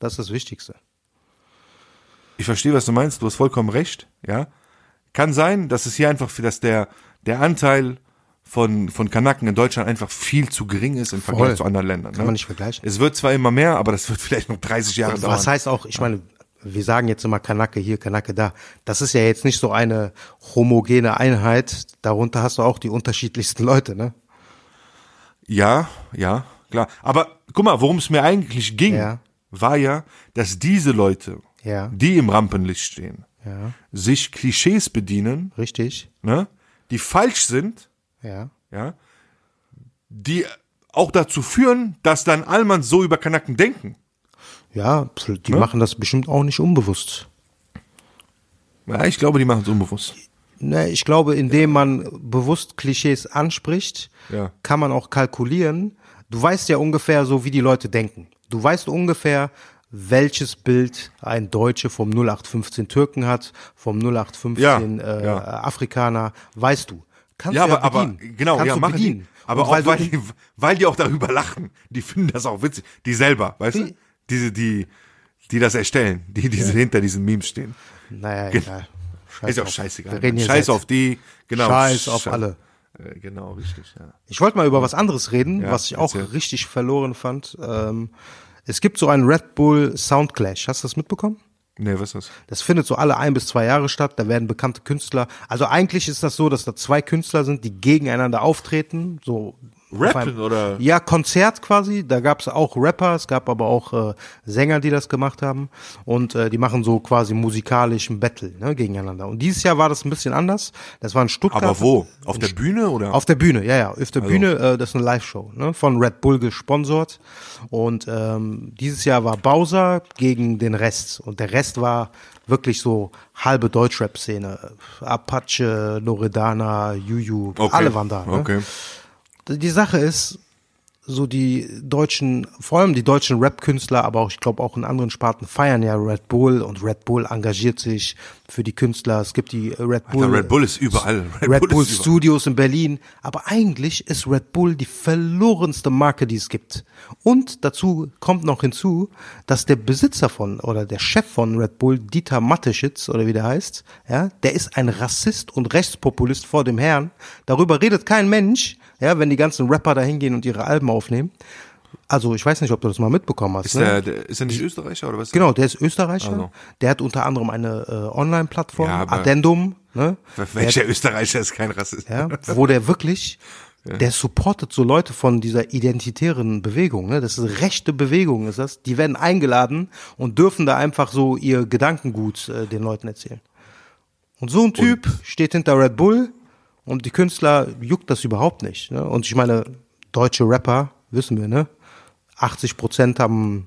Speaker 2: Das ist das Wichtigste.
Speaker 1: Ich verstehe, was du meinst. Du hast vollkommen recht. Ja, kann sein, dass es hier einfach, dass der der Anteil von von Kanaken in Deutschland einfach viel zu gering ist im Vergleich zu anderen Ländern. ne?
Speaker 2: Kann man nicht vergleichen.
Speaker 1: Es wird zwar immer mehr, aber das wird vielleicht noch 30 Jahre dauern.
Speaker 2: Was heißt auch, ich meine, wir sagen jetzt immer Kanake hier, Kanake da. Das ist ja jetzt nicht so eine homogene Einheit. Darunter hast du auch die unterschiedlichsten Leute, ne?
Speaker 1: Ja, ja, klar. Aber guck mal, worum es mir eigentlich ging,
Speaker 2: Ja.
Speaker 1: war ja, dass diese Leute,
Speaker 2: Ja.
Speaker 1: die im Rampenlicht stehen,
Speaker 2: Ja.
Speaker 1: sich Klischees bedienen,
Speaker 2: Richtig.
Speaker 1: ne, die falsch sind,
Speaker 2: Ja.
Speaker 1: ja, die auch dazu führen, dass dann Allmann so über Kanaken denken.
Speaker 2: Ja, pf,
Speaker 1: Ne?
Speaker 2: die machen das bestimmt auch nicht unbewusst.
Speaker 1: Ja, ich glaube, die machen es unbewusst.
Speaker 2: Ne, ich glaube, indem man bewusst Klischees anspricht,
Speaker 1: Ja.
Speaker 2: kann man auch kalkulieren. Du weißt ja ungefähr so, wie die Leute denken. Du weißt ungefähr, welches Bild ein Deutsche vom 0815 Türken hat, vom 0815
Speaker 1: Ja,
Speaker 2: äh,
Speaker 1: ja.
Speaker 2: Afrikaner, weißt du. Kannst
Speaker 1: Ja,
Speaker 2: du ja
Speaker 1: aber, aber
Speaker 2: bedienen.
Speaker 1: genau,
Speaker 2: Kannst
Speaker 1: ja,
Speaker 2: du
Speaker 1: machen die.
Speaker 2: bedienen.
Speaker 1: Aber
Speaker 2: Und
Speaker 1: auch, weil,
Speaker 2: du-
Speaker 1: die, weil die auch darüber lachen. Die finden das auch witzig. Die selber, weißt du?
Speaker 2: Die-
Speaker 1: Diese, die, die das erstellen, die, die hinter diesen Memes stehen.
Speaker 2: Naja, egal. Scheiß
Speaker 1: Genau. ist ja auch
Speaker 2: auf-
Speaker 1: scheißegal.
Speaker 2: wir reden hier
Speaker 1: Scheiß
Speaker 2: seit-
Speaker 1: auf die, genau.
Speaker 2: Scheiß auf alle.
Speaker 1: Äh, Genau, richtig, ja.
Speaker 2: Ich wollte mal über was anderes reden,
Speaker 1: Ja,
Speaker 2: was ich auch
Speaker 1: erzähl.
Speaker 2: richtig verloren fand. Ähm, es gibt so einen Red Bull Soundclash. Hast du das mitbekommen?
Speaker 1: Nee, was ist das?
Speaker 2: Das findet so alle ein bis zwei Jahre statt. Da werden bekannte Künstler. Also eigentlich ist das so, dass da zwei Künstler sind, die gegeneinander auftreten. So
Speaker 1: Rappen,
Speaker 2: auf einem-
Speaker 1: oder?
Speaker 2: Ja, Konzert quasi. Da gab es auch Rapper, es gab aber auch äh, Sänger, die das gemacht haben. Und äh, die machen so quasi musikalischen Battle ne, gegeneinander. Und dieses Jahr war das ein bisschen anders. Das war in Stuttgart.
Speaker 1: Aber wo? Auf der Bühne oder?
Speaker 2: Auf der Bühne, ja, ja. Auf der
Speaker 1: Also.
Speaker 2: Bühne, äh, das ist eine Live-Show, ne? Von Red Bull gesponsert. Und ähm, dieses Jahr war Bowser gegen den Rest. Und der Rest war wirklich so halbe Deutschrap-Szene. Apache, Loredana, Juju, alle waren da. Ne?
Speaker 1: Okay.
Speaker 2: Die Sache ist, so die deutschen, vor allem die deutschen Rap-Künstler, aber auch, ich glaube, auch in anderen Sparten feiern ja Red Bull und Red Bull engagiert sich für die Künstler. Es gibt die äh, Red Bull.
Speaker 1: Alter, Red Bull ist überall.
Speaker 2: Red,
Speaker 1: ist
Speaker 2: Bull
Speaker 1: überall.
Speaker 2: Studios in Berlin. Aber eigentlich ist Red Bull die verlorenste Marke, die es gibt. Und dazu kommt noch hinzu, dass der Besitzer von oder der Chef von Red Bull, Dieter Matteschitz oder wie der heißt, ja, der ist ein Rassist und Rechtspopulist vor dem Herrn. Darüber redet kein Mensch, ja, wenn die ganzen Rapper da hingehen und ihre Alben aufnehmen. Also ich weiß nicht, ob du das mal mitbekommen hast.
Speaker 1: Ist
Speaker 2: ne?
Speaker 1: der, der, ist er nicht Österreicher oder was?
Speaker 2: Genau, der ist Österreicher.
Speaker 1: Also.
Speaker 2: Der hat unter anderem eine äh, Online-Plattform,
Speaker 1: Ja, aber-
Speaker 2: Addendum. Ne?
Speaker 1: Welcher Österreicher ist kein Rassist?
Speaker 2: ja, wo der wirklich, der supportet so Leute von dieser identitären Bewegung, ne? das ist rechte Bewegung, ist das, die werden eingeladen und dürfen da einfach so ihr Gedankengut äh, den Leuten erzählen. Und so ein Typ steht hinter Red Bull und die Künstler juckt das überhaupt nicht. Ne? Und ich meine, deutsche Rapper, wissen wir, ne? 80 Prozent haben,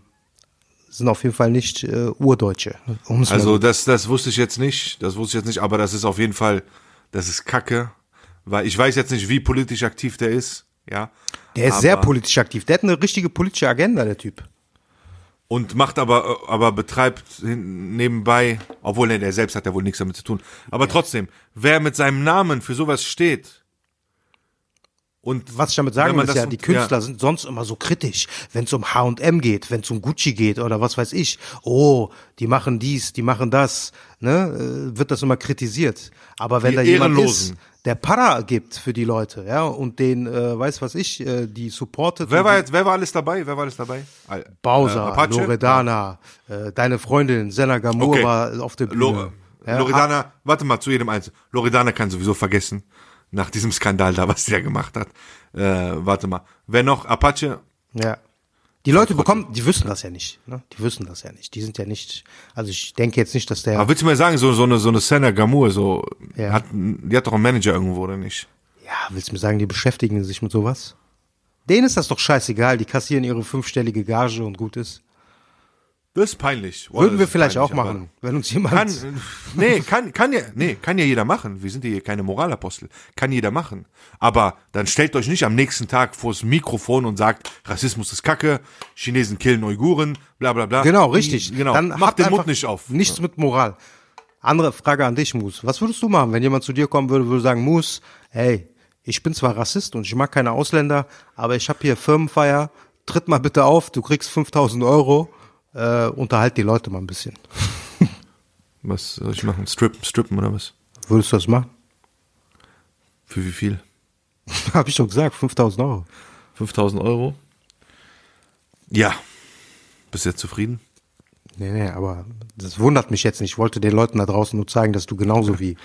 Speaker 2: sind auf jeden Fall nicht äh, Urdeutsche. um es mal
Speaker 1: Also das, das wusste ich jetzt nicht, das wusste ich jetzt nicht, aber das ist auf jeden Fall, das ist Kacke, weil ich weiß jetzt nicht, wie politisch aktiv der ist, ja.
Speaker 2: Der ist
Speaker 1: aber,
Speaker 2: sehr politisch aktiv. Der hat eine richtige politische Agenda, der Typ.
Speaker 1: und macht aber, aber betreibt hin- nebenbei, obwohl nee, der selbst hat ja wohl nichts damit zu tun. Aber trotzdem, wer mit seinem Namen für sowas steht und
Speaker 2: Was ich damit
Speaker 1: wenn
Speaker 2: sagen will,
Speaker 1: man
Speaker 2: ist
Speaker 1: das
Speaker 2: ja,
Speaker 1: und-
Speaker 2: die Künstler sind sonst immer so kritisch, wenn es um H&M geht, wenn es um Gucci geht oder was weiß ich. Oh, die machen dies, die machen das, ne? äh, wird das immer kritisiert. Aber wenn
Speaker 1: Die
Speaker 2: da jemand ist,
Speaker 1: Ehrenlosen.
Speaker 2: der Para gibt für die Leute, ja, und den, äh, weiß was ich, äh, die supportet.
Speaker 1: Wer
Speaker 2: und
Speaker 1: war
Speaker 2: die-
Speaker 1: jetzt, wer war alles dabei? Wer war alles dabei? Al- äh,
Speaker 2: Bowser,
Speaker 1: Apache?
Speaker 2: Loredana, äh, deine Freundin, Senna Gamur
Speaker 1: Okay.
Speaker 2: war auf der Bühne.
Speaker 1: Lore,
Speaker 2: Ja, ah,
Speaker 1: Loredana, warte mal zu jedem Einzelnen. Loredana kann sowieso vergessen, nach diesem Skandal da, was sie da gemacht hat. Äh, warte mal. Wer noch? Apache?
Speaker 2: Ja. Die Leute bekommen, die wissen das ja nicht, ne? Die wissen das ja nicht. Die sind ja nicht, also ich denke jetzt nicht, dass der.
Speaker 1: Aber willst du mir sagen, so, so eine, so eine Senna Gamur, so,
Speaker 2: Ja.
Speaker 1: hat, die hat doch einen Manager irgendwo, oder nicht?
Speaker 2: Ja, willst du mir sagen, die beschäftigen sich mit sowas? Denen ist das doch scheißegal, die kassieren ihre fünfstellige Gage und gut ist.
Speaker 1: Das ist peinlich. Boah,
Speaker 2: Würden
Speaker 1: das
Speaker 2: wir
Speaker 1: ist
Speaker 2: vielleicht auch
Speaker 1: peinlich, aber-
Speaker 2: machen, wenn uns jemand.
Speaker 1: Kann, nee, kann, kann ja, nee, kann ja jeder machen. Wir sind hier keine Moralapostel. Kann jeder machen. Aber dann stellt euch nicht am nächsten Tag vors Mikrofon und sagt, Rassismus ist Kacke, Chinesen killen Uiguren, bla, bla, bla.
Speaker 2: genau, richtig.
Speaker 1: Genau.
Speaker 2: Dann
Speaker 1: Macht
Speaker 2: habt
Speaker 1: den
Speaker 2: einfach
Speaker 1: Mund nicht auf.
Speaker 2: Nichts mit Moral. Andere Frage an dich, Moos. Was würdest du machen, wenn jemand zu dir kommen würde, würde sagen, Moos, hey, ich bin zwar Rassist und ich mag keine Ausländer, aber ich habe hier Firmenfeier, tritt mal bitte auf, du kriegst 5000 Euro, äh, unterhalt die Leute mal ein bisschen.
Speaker 1: Was soll ich machen? Strippen, strippen oder was?
Speaker 2: Würdest du das machen?
Speaker 1: Für wie viel?
Speaker 2: Hab ich doch gesagt, 5000 Euro.
Speaker 1: 5000 Euro? Ja. Bist du jetzt zufrieden?
Speaker 2: Nee, nee, aber das wundert mich jetzt nicht. Ich wollte den Leuten da draußen nur zeigen, dass du genauso wie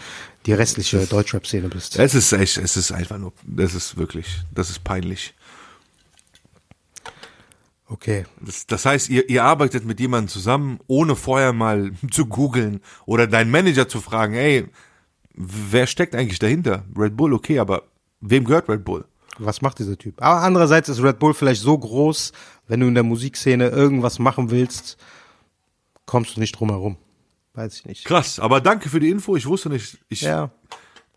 Speaker 2: die restliche Deutschrap-Szene bist.
Speaker 1: Es ist echt, es ist einfach nur, das ist wirklich, das ist peinlich.
Speaker 2: Okay.
Speaker 1: Das, das heißt, ihr, ihr arbeitet mit jemandem zusammen, ohne vorher mal zu googeln oder deinen Manager zu fragen, ey, wer steckt eigentlich dahinter? Red Bull, okay, aber wem gehört Red Bull?
Speaker 2: Was macht dieser Typ? Aber andererseits ist Red Bull vielleicht so groß, wenn du in der Musikszene irgendwas machen willst, kommst du nicht drum herum. Weiß ich nicht.
Speaker 1: Krass, aber danke für die Info, ich wusste nicht, ich,
Speaker 2: Ja.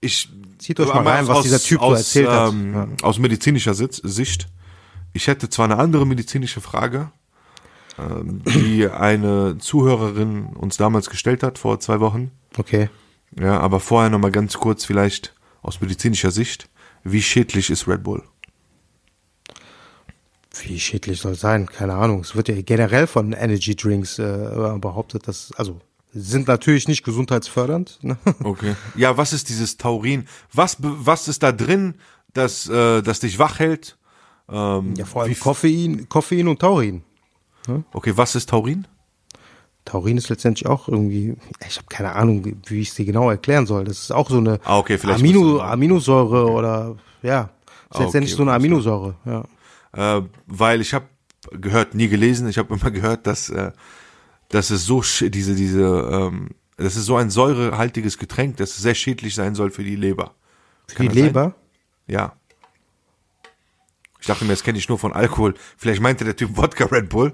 Speaker 1: ich
Speaker 2: Zieht euch mal rein, was dieser Typ so
Speaker 1: aus,
Speaker 2: erzählt hat.
Speaker 1: ähm,
Speaker 2: Ja.
Speaker 1: Aus medizinischer Sitz, Sicht. Ich hätte zwar eine andere medizinische Frage, ähm, die eine Zuhörerin uns damals gestellt hat, vor zwei Wochen.
Speaker 2: Okay.
Speaker 1: Ja, aber vorher nochmal ganz kurz vielleicht aus medizinischer Sicht. Wie schädlich ist Red Bull?
Speaker 2: Wie schädlich soll es sein? Keine Ahnung. Es wird ja generell von Energy Drinks äh, behauptet, dass also sind natürlich nicht gesundheitsfördernd. Ne?
Speaker 1: Okay. Ja, was ist dieses Taurin? Was, be- was ist da drin, das, äh, das dich wach hält?
Speaker 2: Ja, vor allem Koffein, Koffein und Taurin.
Speaker 1: Okay, was ist Taurin?
Speaker 2: Taurin ist letztendlich auch irgendwie, ich habe keine Ahnung, wie ich es dir genau erklären soll. Das ist auch so eine
Speaker 1: Ah, okay, vielleicht musst du
Speaker 2: Amino,
Speaker 1: mal-
Speaker 2: Aminosäure oder ja, ist
Speaker 1: Ah,
Speaker 2: letztendlich
Speaker 1: okay,
Speaker 2: so eine
Speaker 1: okay.
Speaker 2: Aminosäure. Ja.
Speaker 1: Äh, weil ich habe gehört, nie gelesen, ich habe immer gehört, dass, äh, dass es so sch- diese, diese, ähm, das ist so ein säurehaltiges Getränk, das sehr schädlich sein soll für die Leber.
Speaker 2: Für
Speaker 1: Kann
Speaker 2: die
Speaker 1: das sein?
Speaker 2: Leber.
Speaker 1: Ja. Ich dachte mir, das kenne ich nur von Alkohol. Vielleicht meinte der Typ Wodka Red Bull,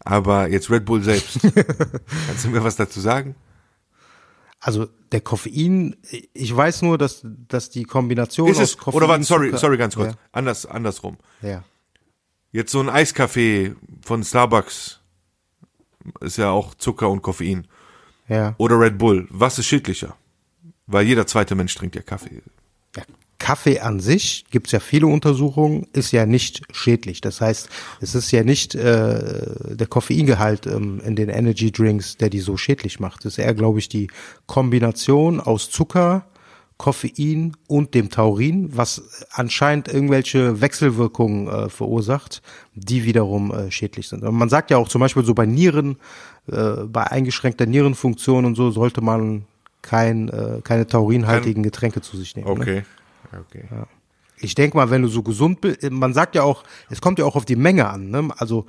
Speaker 1: aber jetzt Red Bull selbst. Kannst du mir was dazu sagen?
Speaker 2: Also der Koffein, ich weiß nur, dass, dass die Kombination
Speaker 1: Ist
Speaker 2: aus
Speaker 1: es,
Speaker 2: Koffein.
Speaker 1: oder warte, sorry,
Speaker 2: Zucker-
Speaker 1: sorry, ganz kurz. Anders, andersrum.
Speaker 2: Ja, ja.
Speaker 1: Jetzt so ein Eiskaffee von Starbucks ist ja auch Zucker und Koffein.
Speaker 2: ja.
Speaker 1: Oder Red Bull. Was ist schädlicher? Weil jeder zweite Mensch trinkt ja Kaffee.
Speaker 2: Ja, Kaffee an sich gibt's ja viele Untersuchungen, ist ja nicht schädlich. Das heißt, es ist ja nicht äh, der Koffeingehalt ähm, in den Energy Drinks, der die so schädlich macht. Es ist eher, glaube ich, die Kombination aus Zucker, Koffein und dem Taurin, was anscheinend irgendwelche Wechselwirkungen äh, verursacht, die wiederum äh, schädlich sind. Und man sagt ja auch zum Beispiel so bei Nieren, äh, bei eingeschränkter Nierenfunktion und so sollte man kein, äh, keine taurinhaltigen Getränke zu sich nehmen. ne?
Speaker 1: Okay.
Speaker 2: Ich denke mal, wenn du so gesund bist, man sagt ja auch, es kommt ja auch auf die Menge an. Ne? Also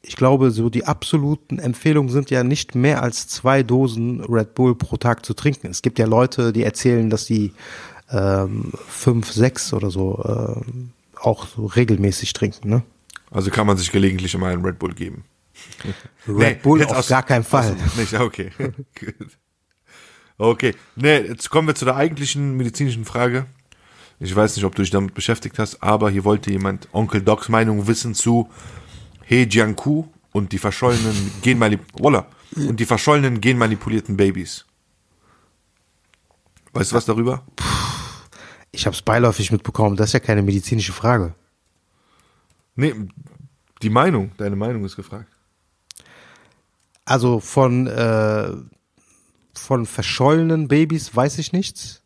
Speaker 2: ich glaube, so die absoluten Empfehlungen sind ja nicht mehr als zwei Dosen Red Bull pro Tag zu trinken. Es gibt ja Leute, die erzählen, dass die ähm, fünf, sechs oder so ähm, auch so regelmäßig trinken. Ne?
Speaker 1: Also kann man sich gelegentlich mal einen Red Bull geben.
Speaker 2: Red
Speaker 1: Nee,
Speaker 2: Bull
Speaker 1: jetzt
Speaker 2: auf
Speaker 1: aus-
Speaker 2: gar keinen Fall.
Speaker 1: Nicht, okay. Gut. okay. Nee, jetzt kommen wir zu der eigentlichen medizinischen Frage. Ich weiß nicht, ob du dich damit beschäftigt hast, aber hier wollte jemand Onkel Docs Meinung wissen zu He Jianku und die verschollenen genmanip Voila. und die verschollenen genmanipulierten Babys. Weißt du was darüber?
Speaker 2: Ich habe es beiläufig mitbekommen. Das ist ja keine medizinische Frage.
Speaker 1: Nee, die Meinung, deine Meinung ist gefragt.
Speaker 2: Also von, äh, von verschollenen Babys weiß ich nichts.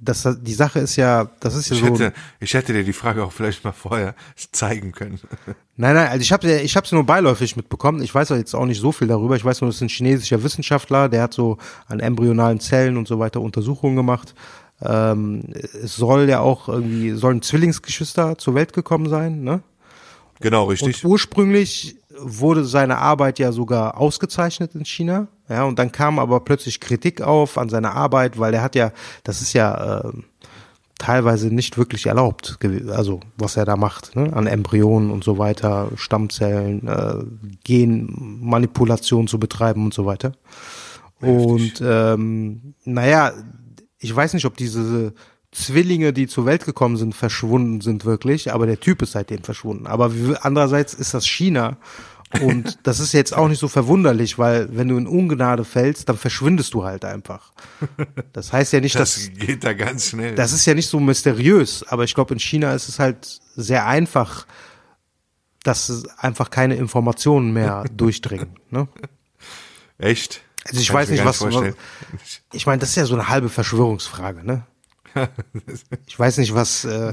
Speaker 2: Das, die Sache ist ja, das ist ja
Speaker 1: Ich
Speaker 2: so.
Speaker 1: hätte, ich hätte dir die Frage auch vielleicht mal vorher zeigen können.
Speaker 2: Nein, nein, also ich habe ich hab's nur beiläufig mitbekommen. Ich weiß ja jetzt auch nicht so viel darüber. Ich weiß nur, das ist ein chinesischer Wissenschaftler, der hat so an embryonalen Zellen und so weiter Untersuchungen gemacht. Ähm, es soll ja auch irgendwie, sollen Zwillingsgeschwister zur Welt gekommen sein, ne?
Speaker 1: Genau, richtig.
Speaker 2: Und ursprünglich wurde seine Arbeit ja sogar ausgezeichnet in China. Ja, und dann kam aber plötzlich Kritik auf an seiner Arbeit, weil er hat ja, das ist ja ähm, teilweise nicht wirklich erlaubt, gew- also was er da macht, ne? an Embryonen und so weiter, Stammzellen, äh, Genmanipulation zu betreiben und so weiter. Und ähm, naja, ich weiß nicht, ob diese Zwillinge, die zur Welt gekommen sind, verschwunden sind wirklich, aber der Typ ist seitdem verschwunden. Aber wie- andererseits ist das China und das ist jetzt auch nicht so verwunderlich, weil wenn du in Ungnade fällst, dann verschwindest du halt einfach. Das heißt ja nicht, dass
Speaker 1: Das geht da ganz schnell.
Speaker 2: das ist ja nicht so mysteriös, aber ich glaube, in China ist es halt sehr einfach, dass es einfach keine Informationen mehr durchdringen. Ne?
Speaker 1: Echt?
Speaker 2: Also ich
Speaker 1: Kann
Speaker 2: weiß
Speaker 1: mir
Speaker 2: nicht,
Speaker 1: gar
Speaker 2: was-
Speaker 1: vorstellen.
Speaker 2: Ich meine, das ist ja so eine halbe Verschwörungsfrage, ne? Ich weiß nicht, was. Äh,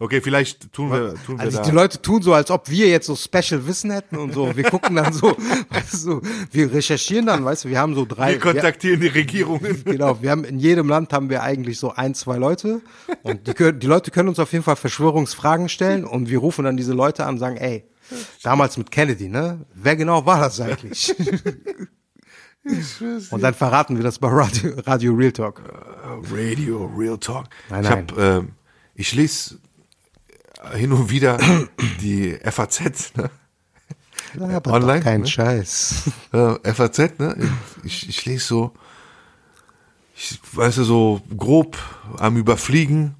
Speaker 1: Okay, vielleicht tun wir, tun wir
Speaker 2: also
Speaker 1: da.
Speaker 2: die Leute tun so, als ob wir jetzt so Special Wissen hätten und so. Wir gucken dann so, weißt du, wir recherchieren dann, weißt du, wir haben so drei.
Speaker 1: wir kontaktieren die Regierungen.
Speaker 2: wir, genau, wir haben in jedem Land haben wir eigentlich so ein, zwei Leute und die, können, die Leute können uns auf jeden Fall Verschwörungsfragen stellen und wir rufen dann diese Leute an und sagen, ey, damals mit Kennedy, ne? Wer genau war das eigentlich? Und dann verraten wir das bei Radio, Radio Real Talk.
Speaker 1: Radio, Real Talk.
Speaker 2: Nein,
Speaker 1: ich
Speaker 2: nein.
Speaker 1: hab, ähm, ich lese hin und wieder die FAZ, ne?
Speaker 2: Aber
Speaker 1: Online,
Speaker 2: Kein
Speaker 1: ne?
Speaker 2: Scheiß.
Speaker 1: Äh, FAZ, ne? Ich, ich lese so ich, weißt du, so grob am Überfliegen,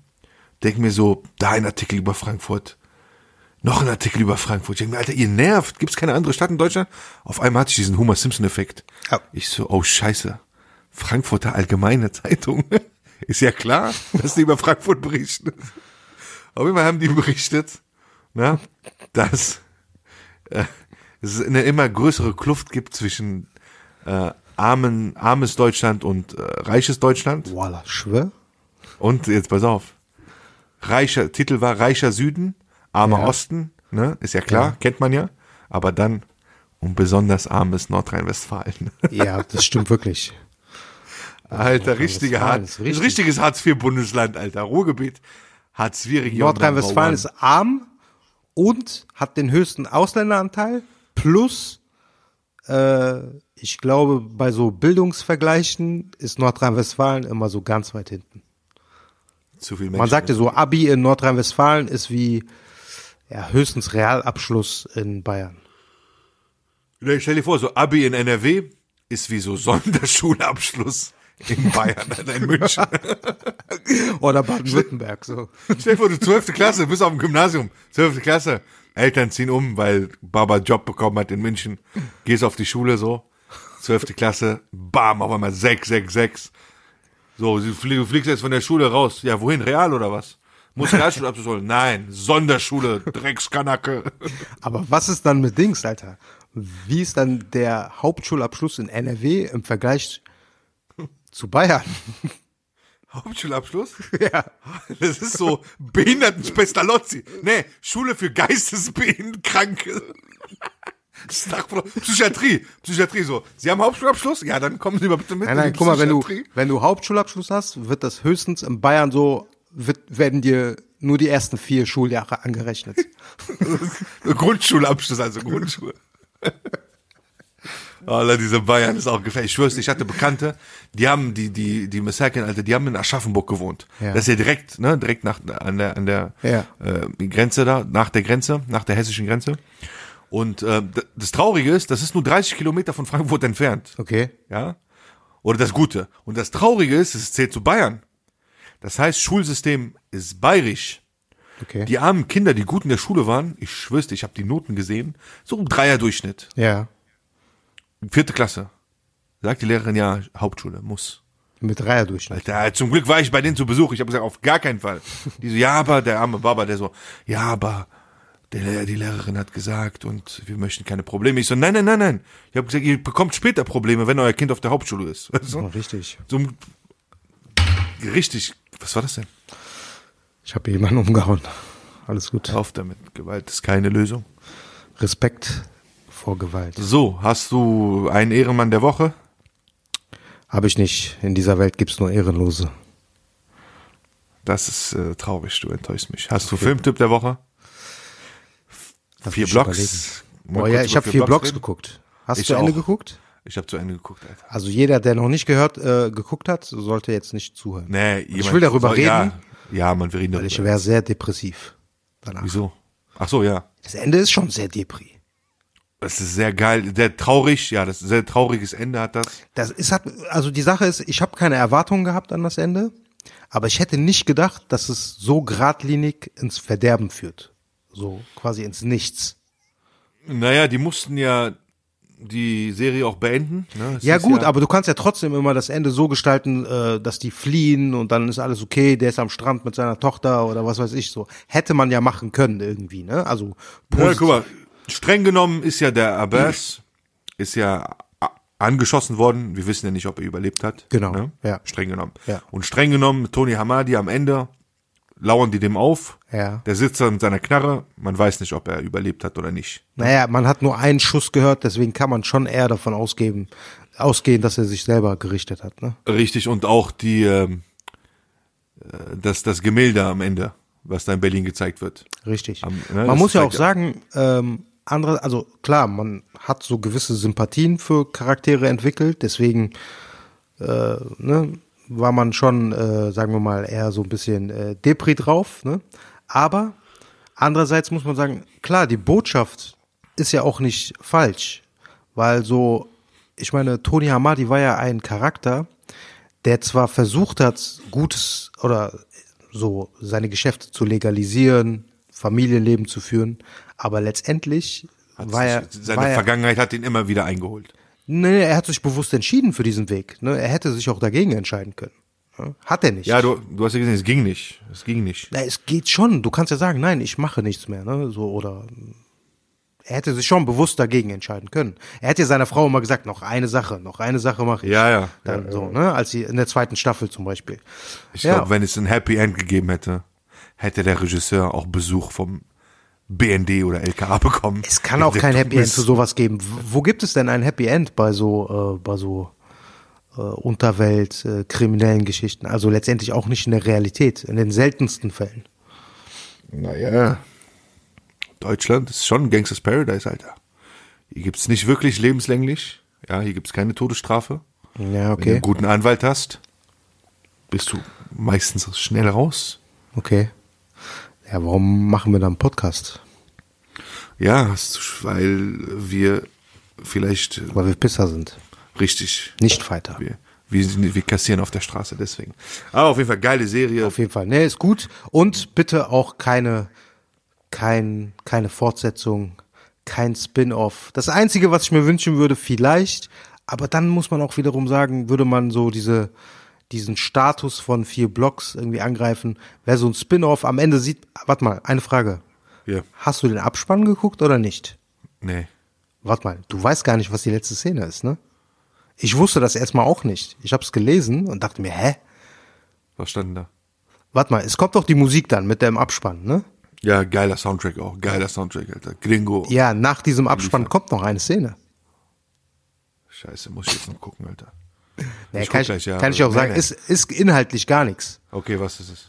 Speaker 1: denke mir so, da ein Artikel über Frankfurt, noch ein Artikel über Frankfurt. Ich denke mir, Alter, ihr nervt, gibt's keine andere Stadt in Deutschland? Auf einmal hatte ich diesen Homer Simpson-Effekt.
Speaker 2: Ja.
Speaker 1: Ich so, oh scheiße, Frankfurter Allgemeine Zeitung. Ist ja klar, dass die über Frankfurt berichten. Auf jeden Fall haben die berichtet, ne? na, dass äh, es eine immer größere Kluft gibt zwischen äh, armen, armes Deutschland und äh, reiches Deutschland.
Speaker 2: Voila, schwör.
Speaker 1: Und jetzt pass auf. Reicher, Titel war Reicher Süden, armer
Speaker 2: Ja.
Speaker 1: Osten, ne? Ist ja klar,
Speaker 2: Ja.
Speaker 1: kennt man ja. Aber dann und besonders armes Nordrhein-Westfalen.
Speaker 2: Ja, das stimmt wirklich.
Speaker 1: Alter, richtige
Speaker 2: Nordrhein-Westfalen
Speaker 1: Hartz,
Speaker 2: ist richtig.
Speaker 1: richtiges Hartz-IV-Bundesland, Alter. Ruhrgebiet, Hartz-IV-Region.
Speaker 2: Nordrhein-Westfalen ist
Speaker 1: Number
Speaker 2: arm und hat den höchsten Ausländeranteil plus, äh, ich glaube, bei so Bildungsvergleichen ist Nordrhein-Westfalen immer so ganz weit hinten.
Speaker 1: one. Zu viel Menschen.
Speaker 2: Man sagte so, Abi in Nordrhein-Westfalen ist wie ja, höchstens Realabschluss in Bayern.
Speaker 1: Ne, Stell dir vor, so Abi in NRW ist wie so Sonderschulabschluss in Bayern, Alter, in München.
Speaker 2: Oder Baden-Württemberg. So.
Speaker 1: Stell dir vor, du 12. Klasse, bist auf dem Gymnasium, 12. Klasse, Eltern ziehen um, weil Baba einen Job bekommen hat in München, gehst auf die Schule so, 12. Klasse, bam, auf einmal 666. So, du flie- du fliegst jetzt von der Schule raus. Ja, wohin, Real oder was? Muss Realschule abzuholen? Nein, Sonderschule, Dreckskanacke.
Speaker 2: Aber was ist dann mit Dings, Alter? Wie ist dann der Hauptschulabschluss in NRW im Vergleich zu Bayern?
Speaker 1: Hauptschulabschluss? Ja. Das ist so Behindertenspestalozzi. Nee, Schule für Geistesbehindertenkranke. Psychiatrie, Psychiatrie so. Sie haben Hauptschulabschluss? Ja, dann kommen Sie mal bitte mit.
Speaker 2: Nein,
Speaker 1: in
Speaker 2: nein,
Speaker 1: die
Speaker 2: guck mal, wenn du,
Speaker 1: Psychiatrie.
Speaker 2: wenn du Hauptschulabschluss hast, wird das höchstens in Bayern so, wird, werden dir nur die ersten vier Schuljahre angerechnet.
Speaker 1: Grundschulabschluss, also Grundschule. Alter, diese Bayern ist auch gefährlich. Ich schwör's, dir, ich hatte Bekannte, die haben, die, die, die Massaken, Alter, die haben in Aschaffenburg gewohnt.
Speaker 2: Ja.
Speaker 1: Das ist ja direkt, ne, direkt nach, an der, an der
Speaker 2: Ja.
Speaker 1: äh, Grenze da, nach der Grenze, nach der hessischen Grenze. Und äh, d- das Traurige ist, das ist nur 30 Kilometer von Frankfurt entfernt.
Speaker 2: Okay.
Speaker 1: Ja? Oder das Gute. Und das Traurige ist, es zählt zu Bayern. Das heißt, Schulsystem ist bayerisch.
Speaker 2: Okay.
Speaker 1: Die armen Kinder, die gut in der Schule waren, ich schwör's dir, ich habe die Noten gesehen, so im Dreierdurchschnitt,
Speaker 2: ja.
Speaker 1: vierte Klasse. Sagt die Lehrerin, ja, Hauptschule, muss.
Speaker 2: Mit Dreier durch.
Speaker 1: Alter, zum Glück war ich bei denen zu Besuch. Ich habe gesagt, auf gar keinen Fall. Die so, ja, aber der arme Baba, der so, ja, aber der, die Lehrerin hat gesagt und wir möchten keine Probleme. Ich so, nein, nein, nein, nein. Ich habe gesagt, ihr bekommt später Probleme, wenn euer Kind auf der Hauptschule ist. Weißt du?
Speaker 2: Oh, richtig.
Speaker 1: So, ein- richtig, was war das denn?
Speaker 2: Ich habe jemanden umgehauen. Alles gut.
Speaker 1: Auf damit, Gewalt ist keine Lösung.
Speaker 2: Respekt vor Gewalt.
Speaker 1: So, hast du einen Ehrenmann der Woche?
Speaker 2: Habe ich nicht. In dieser Welt gibt's nur Ehrenlose.
Speaker 1: Das ist äh, traurig, du enttäuschst mich. Hast du Filmtipp der Woche?
Speaker 2: Lass
Speaker 1: Vier
Speaker 2: mich
Speaker 1: Blocks.
Speaker 2: überlegen.
Speaker 1: Mal
Speaker 2: Oh, ja,
Speaker 1: kurz
Speaker 2: ich
Speaker 1: über
Speaker 2: habe vier Blocks
Speaker 1: reden.
Speaker 2: geguckt. Hast
Speaker 1: Ich
Speaker 2: du Ende
Speaker 1: auch.
Speaker 2: geguckt?
Speaker 1: Ich habe zu Ende geguckt, Alter.
Speaker 2: Also jeder, der noch nicht gehört, äh, geguckt hat, sollte jetzt nicht zuhören. Also
Speaker 1: Nee, jemand,
Speaker 2: will darüber
Speaker 1: Ja,
Speaker 2: reden.
Speaker 1: ja, man, wir reden
Speaker 2: Weil
Speaker 1: darüber.
Speaker 2: ich wäre sehr depressiv danach.
Speaker 1: Wieso? Ach so, ja.
Speaker 2: Das Ende ist schon sehr depri.
Speaker 1: Das ist sehr geil. Sehr traurig. Ja, das ist ein sehr trauriges Ende hat das.
Speaker 2: Das ist hat also die Sache ist, ich habe keine Erwartungen gehabt an das Ende, aber ich hätte nicht gedacht, dass es so geradlinig ins Verderben führt, so quasi ins Nichts.
Speaker 1: Naja, die mussten ja die Serie auch beenden. Ne? Es
Speaker 2: ja
Speaker 1: ist
Speaker 2: gut, aber du kannst ja trotzdem immer das Ende so gestalten, äh, dass die fliehen und dann ist alles okay, der ist am Strand mit seiner Tochter oder was weiß ich so. Hätte man ja machen können irgendwie, ne? Also
Speaker 1: Ja,
Speaker 2: positiv.
Speaker 1: guck mal, streng genommen ist ja der Abbas, ist ja a- angeschossen worden. Wir wissen ja nicht, ob er überlebt hat.
Speaker 2: Genau,
Speaker 1: Ne?
Speaker 2: ja.
Speaker 1: Streng genommen.
Speaker 2: Ja.
Speaker 1: Und streng genommen, Tony Hamadi am Ende lauern die dem auf.
Speaker 2: Ja.
Speaker 1: Der sitzt da mit seiner Knarre. Man weiß nicht, ob er überlebt hat oder nicht.
Speaker 2: Naja, man hat nur einen Schuss gehört, deswegen kann man schon eher davon ausgeben, ausgehen, dass er sich selber gerichtet hat, ne?
Speaker 1: Richtig. Und auch die, ähm, äh, das, das Gemälde am Ende, was da in Berlin gezeigt wird.
Speaker 2: Richtig.
Speaker 1: Am- ne,
Speaker 2: man
Speaker 1: das
Speaker 2: muss ja
Speaker 1: zeigt
Speaker 2: auch
Speaker 1: ja-
Speaker 2: sagen, ähm, andere, also klar, man hat so gewisse Sympathien für Charaktere entwickelt, deswegen äh, ne, war man schon, äh, sagen wir mal, eher so ein bisschen äh, Depri drauf. Ne? Aber andererseits muss man sagen, klar, die Botschaft ist ja auch nicht falsch, weil so, ich meine, Tony Hamadi war ja ein Charakter, der zwar versucht hat, Gutes oder so seine Geschäfte zu legalisieren, Familienleben zu führen, aber letztendlich
Speaker 1: Hat
Speaker 2: war er,
Speaker 1: sich, seine
Speaker 2: war er
Speaker 1: Vergangenheit hat ihn immer wieder eingeholt.
Speaker 2: Nee, er hat sich bewusst entschieden für diesen Weg. Ne? Er hätte sich auch dagegen entscheiden können. Ne? Hat er nicht.
Speaker 1: Ja, du, du hast ja gesehen, es ging nicht. Es ging nicht.
Speaker 2: Na, es geht schon. Du kannst ja sagen, nein, ich mache nichts mehr. Ne? So, oder mm, er hätte sich schon bewusst dagegen entscheiden können. Er hätte ja seiner Frau immer gesagt, noch eine Sache, noch eine Sache mache ich.
Speaker 1: Ja, ja.
Speaker 2: Dann so, ne? Als sie in der zweiten Staffel zum Beispiel.
Speaker 1: Ich
Speaker 2: Ja.
Speaker 1: glaube, wenn es ein Happy End gegeben hätte, hätte der Regisseur auch Besuch vom BND oder LKA bekommen.
Speaker 2: Es kann auch
Speaker 1: Der
Speaker 2: kein
Speaker 1: Typ
Speaker 2: Happy End
Speaker 1: ist-
Speaker 2: zu sowas geben. W- Wo gibt es denn ein Happy End bei so, äh, bei so äh, Unterwelt, äh, kriminellen Geschichten? Also letztendlich auch nicht in der Realität, in den seltensten Fällen.
Speaker 1: Naja. Deutschland ist schon ein Gangsters Paradise, Alter. Hier gibt's nicht wirklich lebenslänglich. Ja, hier gibt's keine Todesstrafe.
Speaker 2: Ja,
Speaker 1: Wenn du einen
Speaker 2: okay.
Speaker 1: guten Anwalt hast, bist du meistens schnell raus.
Speaker 2: Okay. Ja, warum machen wir dann einen Podcast?
Speaker 1: Ja, hast du- weil wir vielleicht äh,
Speaker 2: Weil wir Pisser sind,
Speaker 1: richtig,
Speaker 2: nicht Fighter.
Speaker 1: wir, wir, sind- wir kassieren auf der Straße deswegen. Aber auf jeden Fall geile Serie.
Speaker 2: Auf jeden Fall. Ne, ist gut. Und bitte auch keine, kein, keine Fortsetzung, kein Spin-off. Das Einzige, was ich mir wünschen würde, vielleicht, aber dann muss man auch wiederum sagen, würde man so diese, diesen Status von vier Blocks irgendwie angreifen, wäre so ein Spin-off. Am Ende sieht, warte mal, eine Frage.
Speaker 1: Ja.
Speaker 2: Hast du den Abspann geguckt oder nicht?
Speaker 1: Nee.
Speaker 2: Warte mal, du weißt gar nicht, was die letzte Szene ist, ne? Ich wusste das erstmal auch nicht. Ich habe es gelesen und dachte mir, hä?
Speaker 1: Was stand denn da?
Speaker 2: Warte mal, es kommt doch die Musik dann mit dem Abspann, ne?
Speaker 1: Ja, geiler Soundtrack auch. Geiler Soundtrack, Alter. Gringo.
Speaker 2: Ja, nach diesem Abspann kommt noch eine Szene.
Speaker 1: Scheiße, muss ich jetzt noch gucken, Alter.
Speaker 2: Ja,
Speaker 1: Ich guck
Speaker 2: kann, ich,
Speaker 1: gleich, ja.
Speaker 2: kann ich auch
Speaker 1: Nee,
Speaker 2: sagen,
Speaker 1: nee.
Speaker 2: ist, ist inhaltlich gar nichts.
Speaker 1: Okay, was ist es?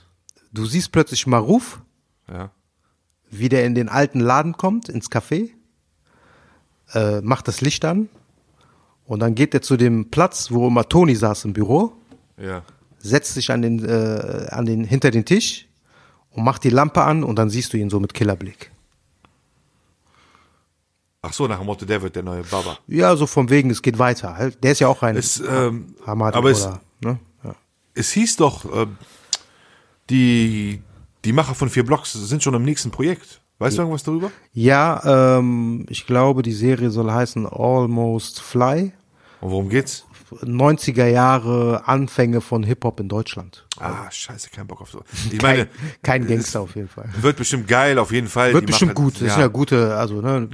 Speaker 2: Du siehst plötzlich Maruf,
Speaker 1: Ja.
Speaker 2: wie der in den alten Laden kommt, ins Café, äh, macht das Licht an und dann geht er zu dem Platz, wo immer Toni saß im Büro,
Speaker 1: Ja.
Speaker 2: setzt sich an den, äh, an den, hinter den Tisch und macht die Lampe an und dann siehst du ihn so mit Killerblick.
Speaker 1: Ach so, nach dem Motto, der wird der neue Baba.
Speaker 2: Ja, so vom wegen, es geht weiter. halt. Der ist ja auch ein
Speaker 1: Es, ähm,
Speaker 2: Hamad
Speaker 1: aber es,
Speaker 2: oder, ne? ja.
Speaker 1: es hieß doch, ähm, die, die Macher von vier Blocks sind schon im nächsten Projekt. Weißt du irgendwas darüber?
Speaker 2: Ja, ähm, ich glaube, die Serie soll heißen Almost Fly.
Speaker 1: Und worum geht's?
Speaker 2: 90er Jahre Anfänge von Hip-Hop in Deutschland.
Speaker 1: Ah, scheiße, kein Bock auf so. Ich
Speaker 2: Kein,
Speaker 1: meine,
Speaker 2: kein Gangster auf jeden Fall.
Speaker 1: wird bestimmt geil, auf jeden Fall.
Speaker 2: Wird
Speaker 1: Äh, Die
Speaker 2: bestimmt
Speaker 1: machen-
Speaker 2: gut. Das
Speaker 1: ja,
Speaker 2: ist ja gute, also ne,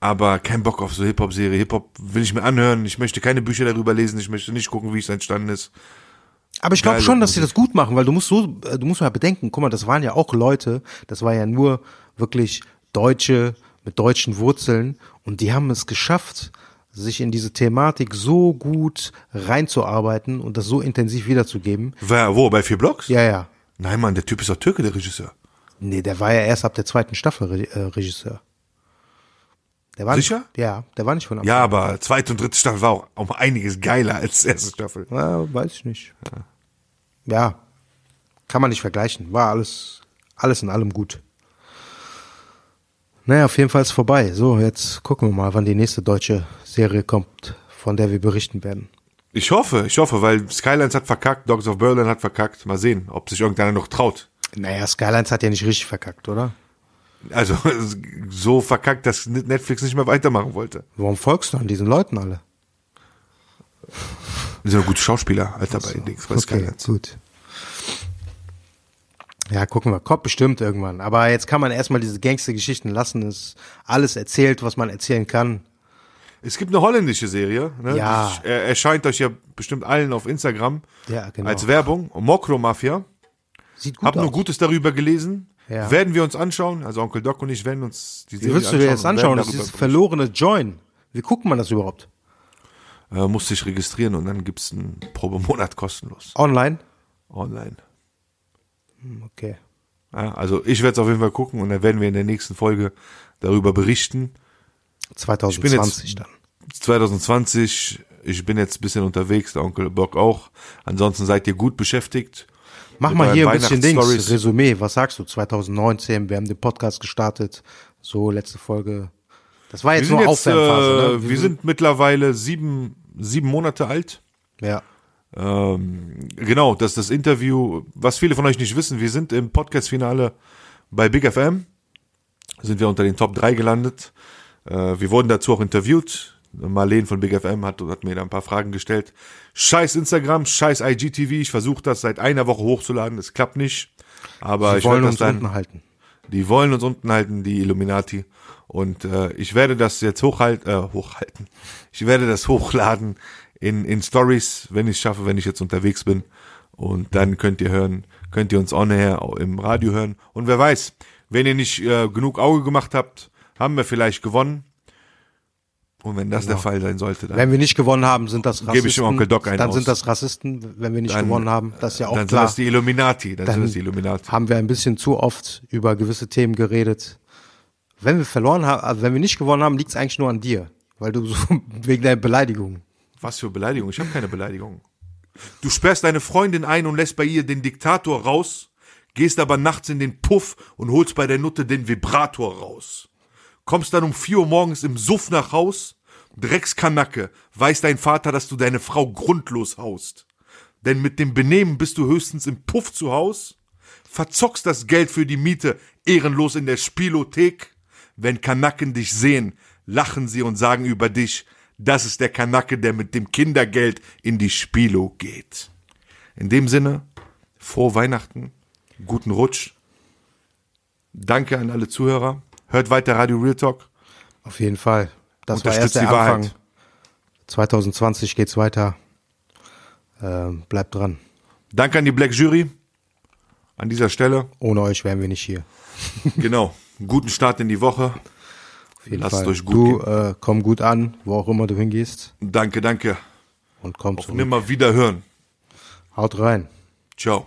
Speaker 1: Aber kein Bock auf so Hip-Hop-Serie. Hip-Hop will ich mir anhören. Ich möchte keine Bücher darüber lesen. Ich möchte nicht gucken, wie es entstanden ist.
Speaker 2: Aber ich glaube
Speaker 1: Geile
Speaker 2: schon, dass sie das gut machen, weil du musst so, äh, du musst mal bedenken, guck mal, das waren ja auch Leute, das war ja nur wirklich Deutsche mit deutschen Wurzeln und die haben es geschafft, sich in diese Thematik so gut reinzuarbeiten und das so intensiv wiederzugeben.
Speaker 1: Wer, wo, bei vier Blocks?
Speaker 2: Ja, ja.
Speaker 1: Nein, Mann, der Typ ist doch Türke, der Regisseur.
Speaker 2: Nee, der war ja erst ab der zweiten Staffel Re äh, Regisseur. Der war
Speaker 1: Sicher?
Speaker 2: Nicht, ja, der war nicht von Anfang.
Speaker 1: Ja, aber zweite und dritte Staffel war auch um einiges geiler als erste Staffel.
Speaker 2: Ja, weiß ich nicht. Ja, kann man nicht vergleichen. War alles, alles in allem gut. Naja, auf jeden Fall ist vorbei. So, jetzt gucken wir mal, wann die nächste deutsche Serie kommt, von der wir berichten werden.
Speaker 1: Ich hoffe, ich hoffe, weil Skylines hat verkackt, Dogs of Berlin hat verkackt. Mal sehen, ob sich irgendeiner noch traut.
Speaker 2: Naja, Skylines hat ja nicht richtig verkackt, oder?
Speaker 1: Also so verkackt, dass Netflix nicht mehr weitermachen wollte.
Speaker 2: Warum folgst du an diesen Leuten alle?
Speaker 1: Die sind doch gute Schauspieler, Alter, bei Dings, bei Skylines.
Speaker 2: gut. Ja, gucken wir. Kommt bestimmt irgendwann. Aber jetzt kann man erstmal diese Gangster-Geschichten lassen. Ist alles erzählt, was man erzählen kann.
Speaker 1: Es gibt eine holländische Serie, ne?
Speaker 2: Ja.
Speaker 1: Die er- erscheint euch ja bestimmt allen auf Instagram
Speaker 2: Ja, genau.
Speaker 1: als Werbung. Mokro Mafia.
Speaker 2: Sieht gut
Speaker 1: Hab nur
Speaker 2: aus.
Speaker 1: Gutes darüber gelesen.
Speaker 2: Ja.
Speaker 1: Werden wir uns anschauen. Also Onkel Doc und ich werden uns die
Speaker 2: Wie
Speaker 1: Serie
Speaker 2: willst du
Speaker 1: anschauen.
Speaker 2: dir jetzt
Speaker 1: und werden
Speaker 2: anschauen? Das ist
Speaker 1: darüber
Speaker 2: dieses verlorene Join. Wie guckt man das überhaupt?
Speaker 1: äh, musst dich registrieren und dann gibt's einen Probemonat kostenlos
Speaker 2: Online?
Speaker 1: online. Hm,
Speaker 2: Okay.
Speaker 1: Ja, also ich werde es auf jeden Fall gucken und dann werden wir in der nächsten Folge darüber berichten.
Speaker 2: 2020 dann.
Speaker 1: 2020, ich bin jetzt ein bisschen unterwegs, der Onkel Bock auch. Ansonsten seid ihr gut beschäftigt.
Speaker 2: Mach
Speaker 1: mit
Speaker 2: mal
Speaker 1: euren
Speaker 2: hier ein bisschen Dings.
Speaker 1: Weihnachtsstories.
Speaker 2: Resümee, was sagst du? 2019, wir haben den Podcast gestartet. So, letzte Folge. Das war
Speaker 1: Wir
Speaker 2: jetzt
Speaker 1: sind,
Speaker 2: nur ne?
Speaker 1: jetzt, äh,
Speaker 2: Aufwärmphase. ne?
Speaker 1: wir sind mittlerweile sieben, sieben Monate alt.
Speaker 2: Ja.
Speaker 1: Ähm, genau, das ist das Interview, was viele von euch nicht wissen. Wir sind im Podcast-Finale bei Big FM. Sind wir unter den Top 3 gelandet. Äh, wir wurden dazu auch interviewt. Marleen von Big FM hat, hat mir da ein paar Fragen gestellt. Scheiß Instagram, scheiß IGTV. Ich versuche das seit einer Woche hochzuladen. Es klappt nicht. Aber
Speaker 2: Wir
Speaker 1: ich
Speaker 2: wollen
Speaker 1: werde das
Speaker 2: uns
Speaker 1: dann.
Speaker 2: unten halten.
Speaker 1: Die wollen uns unten halten, die Illuminati. Und äh, ich werde das jetzt hochhalten, äh, hochhalten. Ich werde das hochladen in, in Stories, wenn ich es schaffe, wenn ich jetzt unterwegs bin. Und dann könnt ihr hören, könnt ihr uns on air au- im Radio hören. Und wer weiß, wenn ihr nicht äh, genug Auge gemacht habt, haben wir vielleicht gewonnen. Und wenn das der Fall sein sollte, dann,
Speaker 2: Wenn wir nicht gewonnen haben, sind das Rassisten.
Speaker 1: Gebe ich dem Onkel Doc einen
Speaker 2: Dann
Speaker 1: aus.
Speaker 2: sind das Rassisten, wenn wir nicht
Speaker 1: Dann,
Speaker 2: gewonnen haben. Das ist ja auch
Speaker 1: dann sind
Speaker 2: klar.
Speaker 1: das die Illuminati. Dann, sind
Speaker 2: Dann
Speaker 1: das die Illuminati.
Speaker 2: haben wir ein bisschen zu oft über gewisse Themen geredet. Wenn wir verloren haben, also wenn wir nicht gewonnen haben, liegt es eigentlich nur an dir. Weil du so wegen deiner Beleidigung.
Speaker 1: Was für Beleidigung? Ich habe keine Beleidigung. Du sperrst deine Freundin ein und lässt bei ihr den Diktator raus, gehst aber nachts in den Puff und holst bei der Nutte den Vibrator raus. Kommst dann um 4 Uhr morgens im Suff nach Haus, Dreckskanacke, weiß dein Vater, dass du deine Frau grundlos haust. Denn mit dem Benehmen bist du höchstens im Puff zu Haus, verzockst das Geld für die Miete ehrenlos in der Spielothek. Wenn Kanacken dich sehen, lachen sie und sagen über dich, das ist der Kanacke, der mit dem Kindergeld in die Spielo geht. In dem Sinne, frohe Weihnachten, guten Rutsch. Danke an alle Zuhörer. Hört weiter Radio Real Talk.
Speaker 2: Auf jeden Fall. Das war
Speaker 1: Unterstützt
Speaker 2: erst der
Speaker 1: die Wahrheit.
Speaker 2: Anfang. 2020 geht's weiter. Ähm, bleibt dran.
Speaker 1: Danke an die Black Jury. An dieser Stelle,
Speaker 2: Ohne euch wären wir nicht hier.
Speaker 1: genau, guten Start in die Woche.
Speaker 2: Auf jeden
Speaker 1: Lasst
Speaker 2: Fall.
Speaker 1: euch gut
Speaker 2: du äh, komm gut an, wo auch immer du hingehst.
Speaker 1: Danke, danke.
Speaker 2: Und komm
Speaker 1: Auf
Speaker 2: zurück.
Speaker 1: nimmer wieder hören.
Speaker 2: Haut rein.
Speaker 1: Ciao.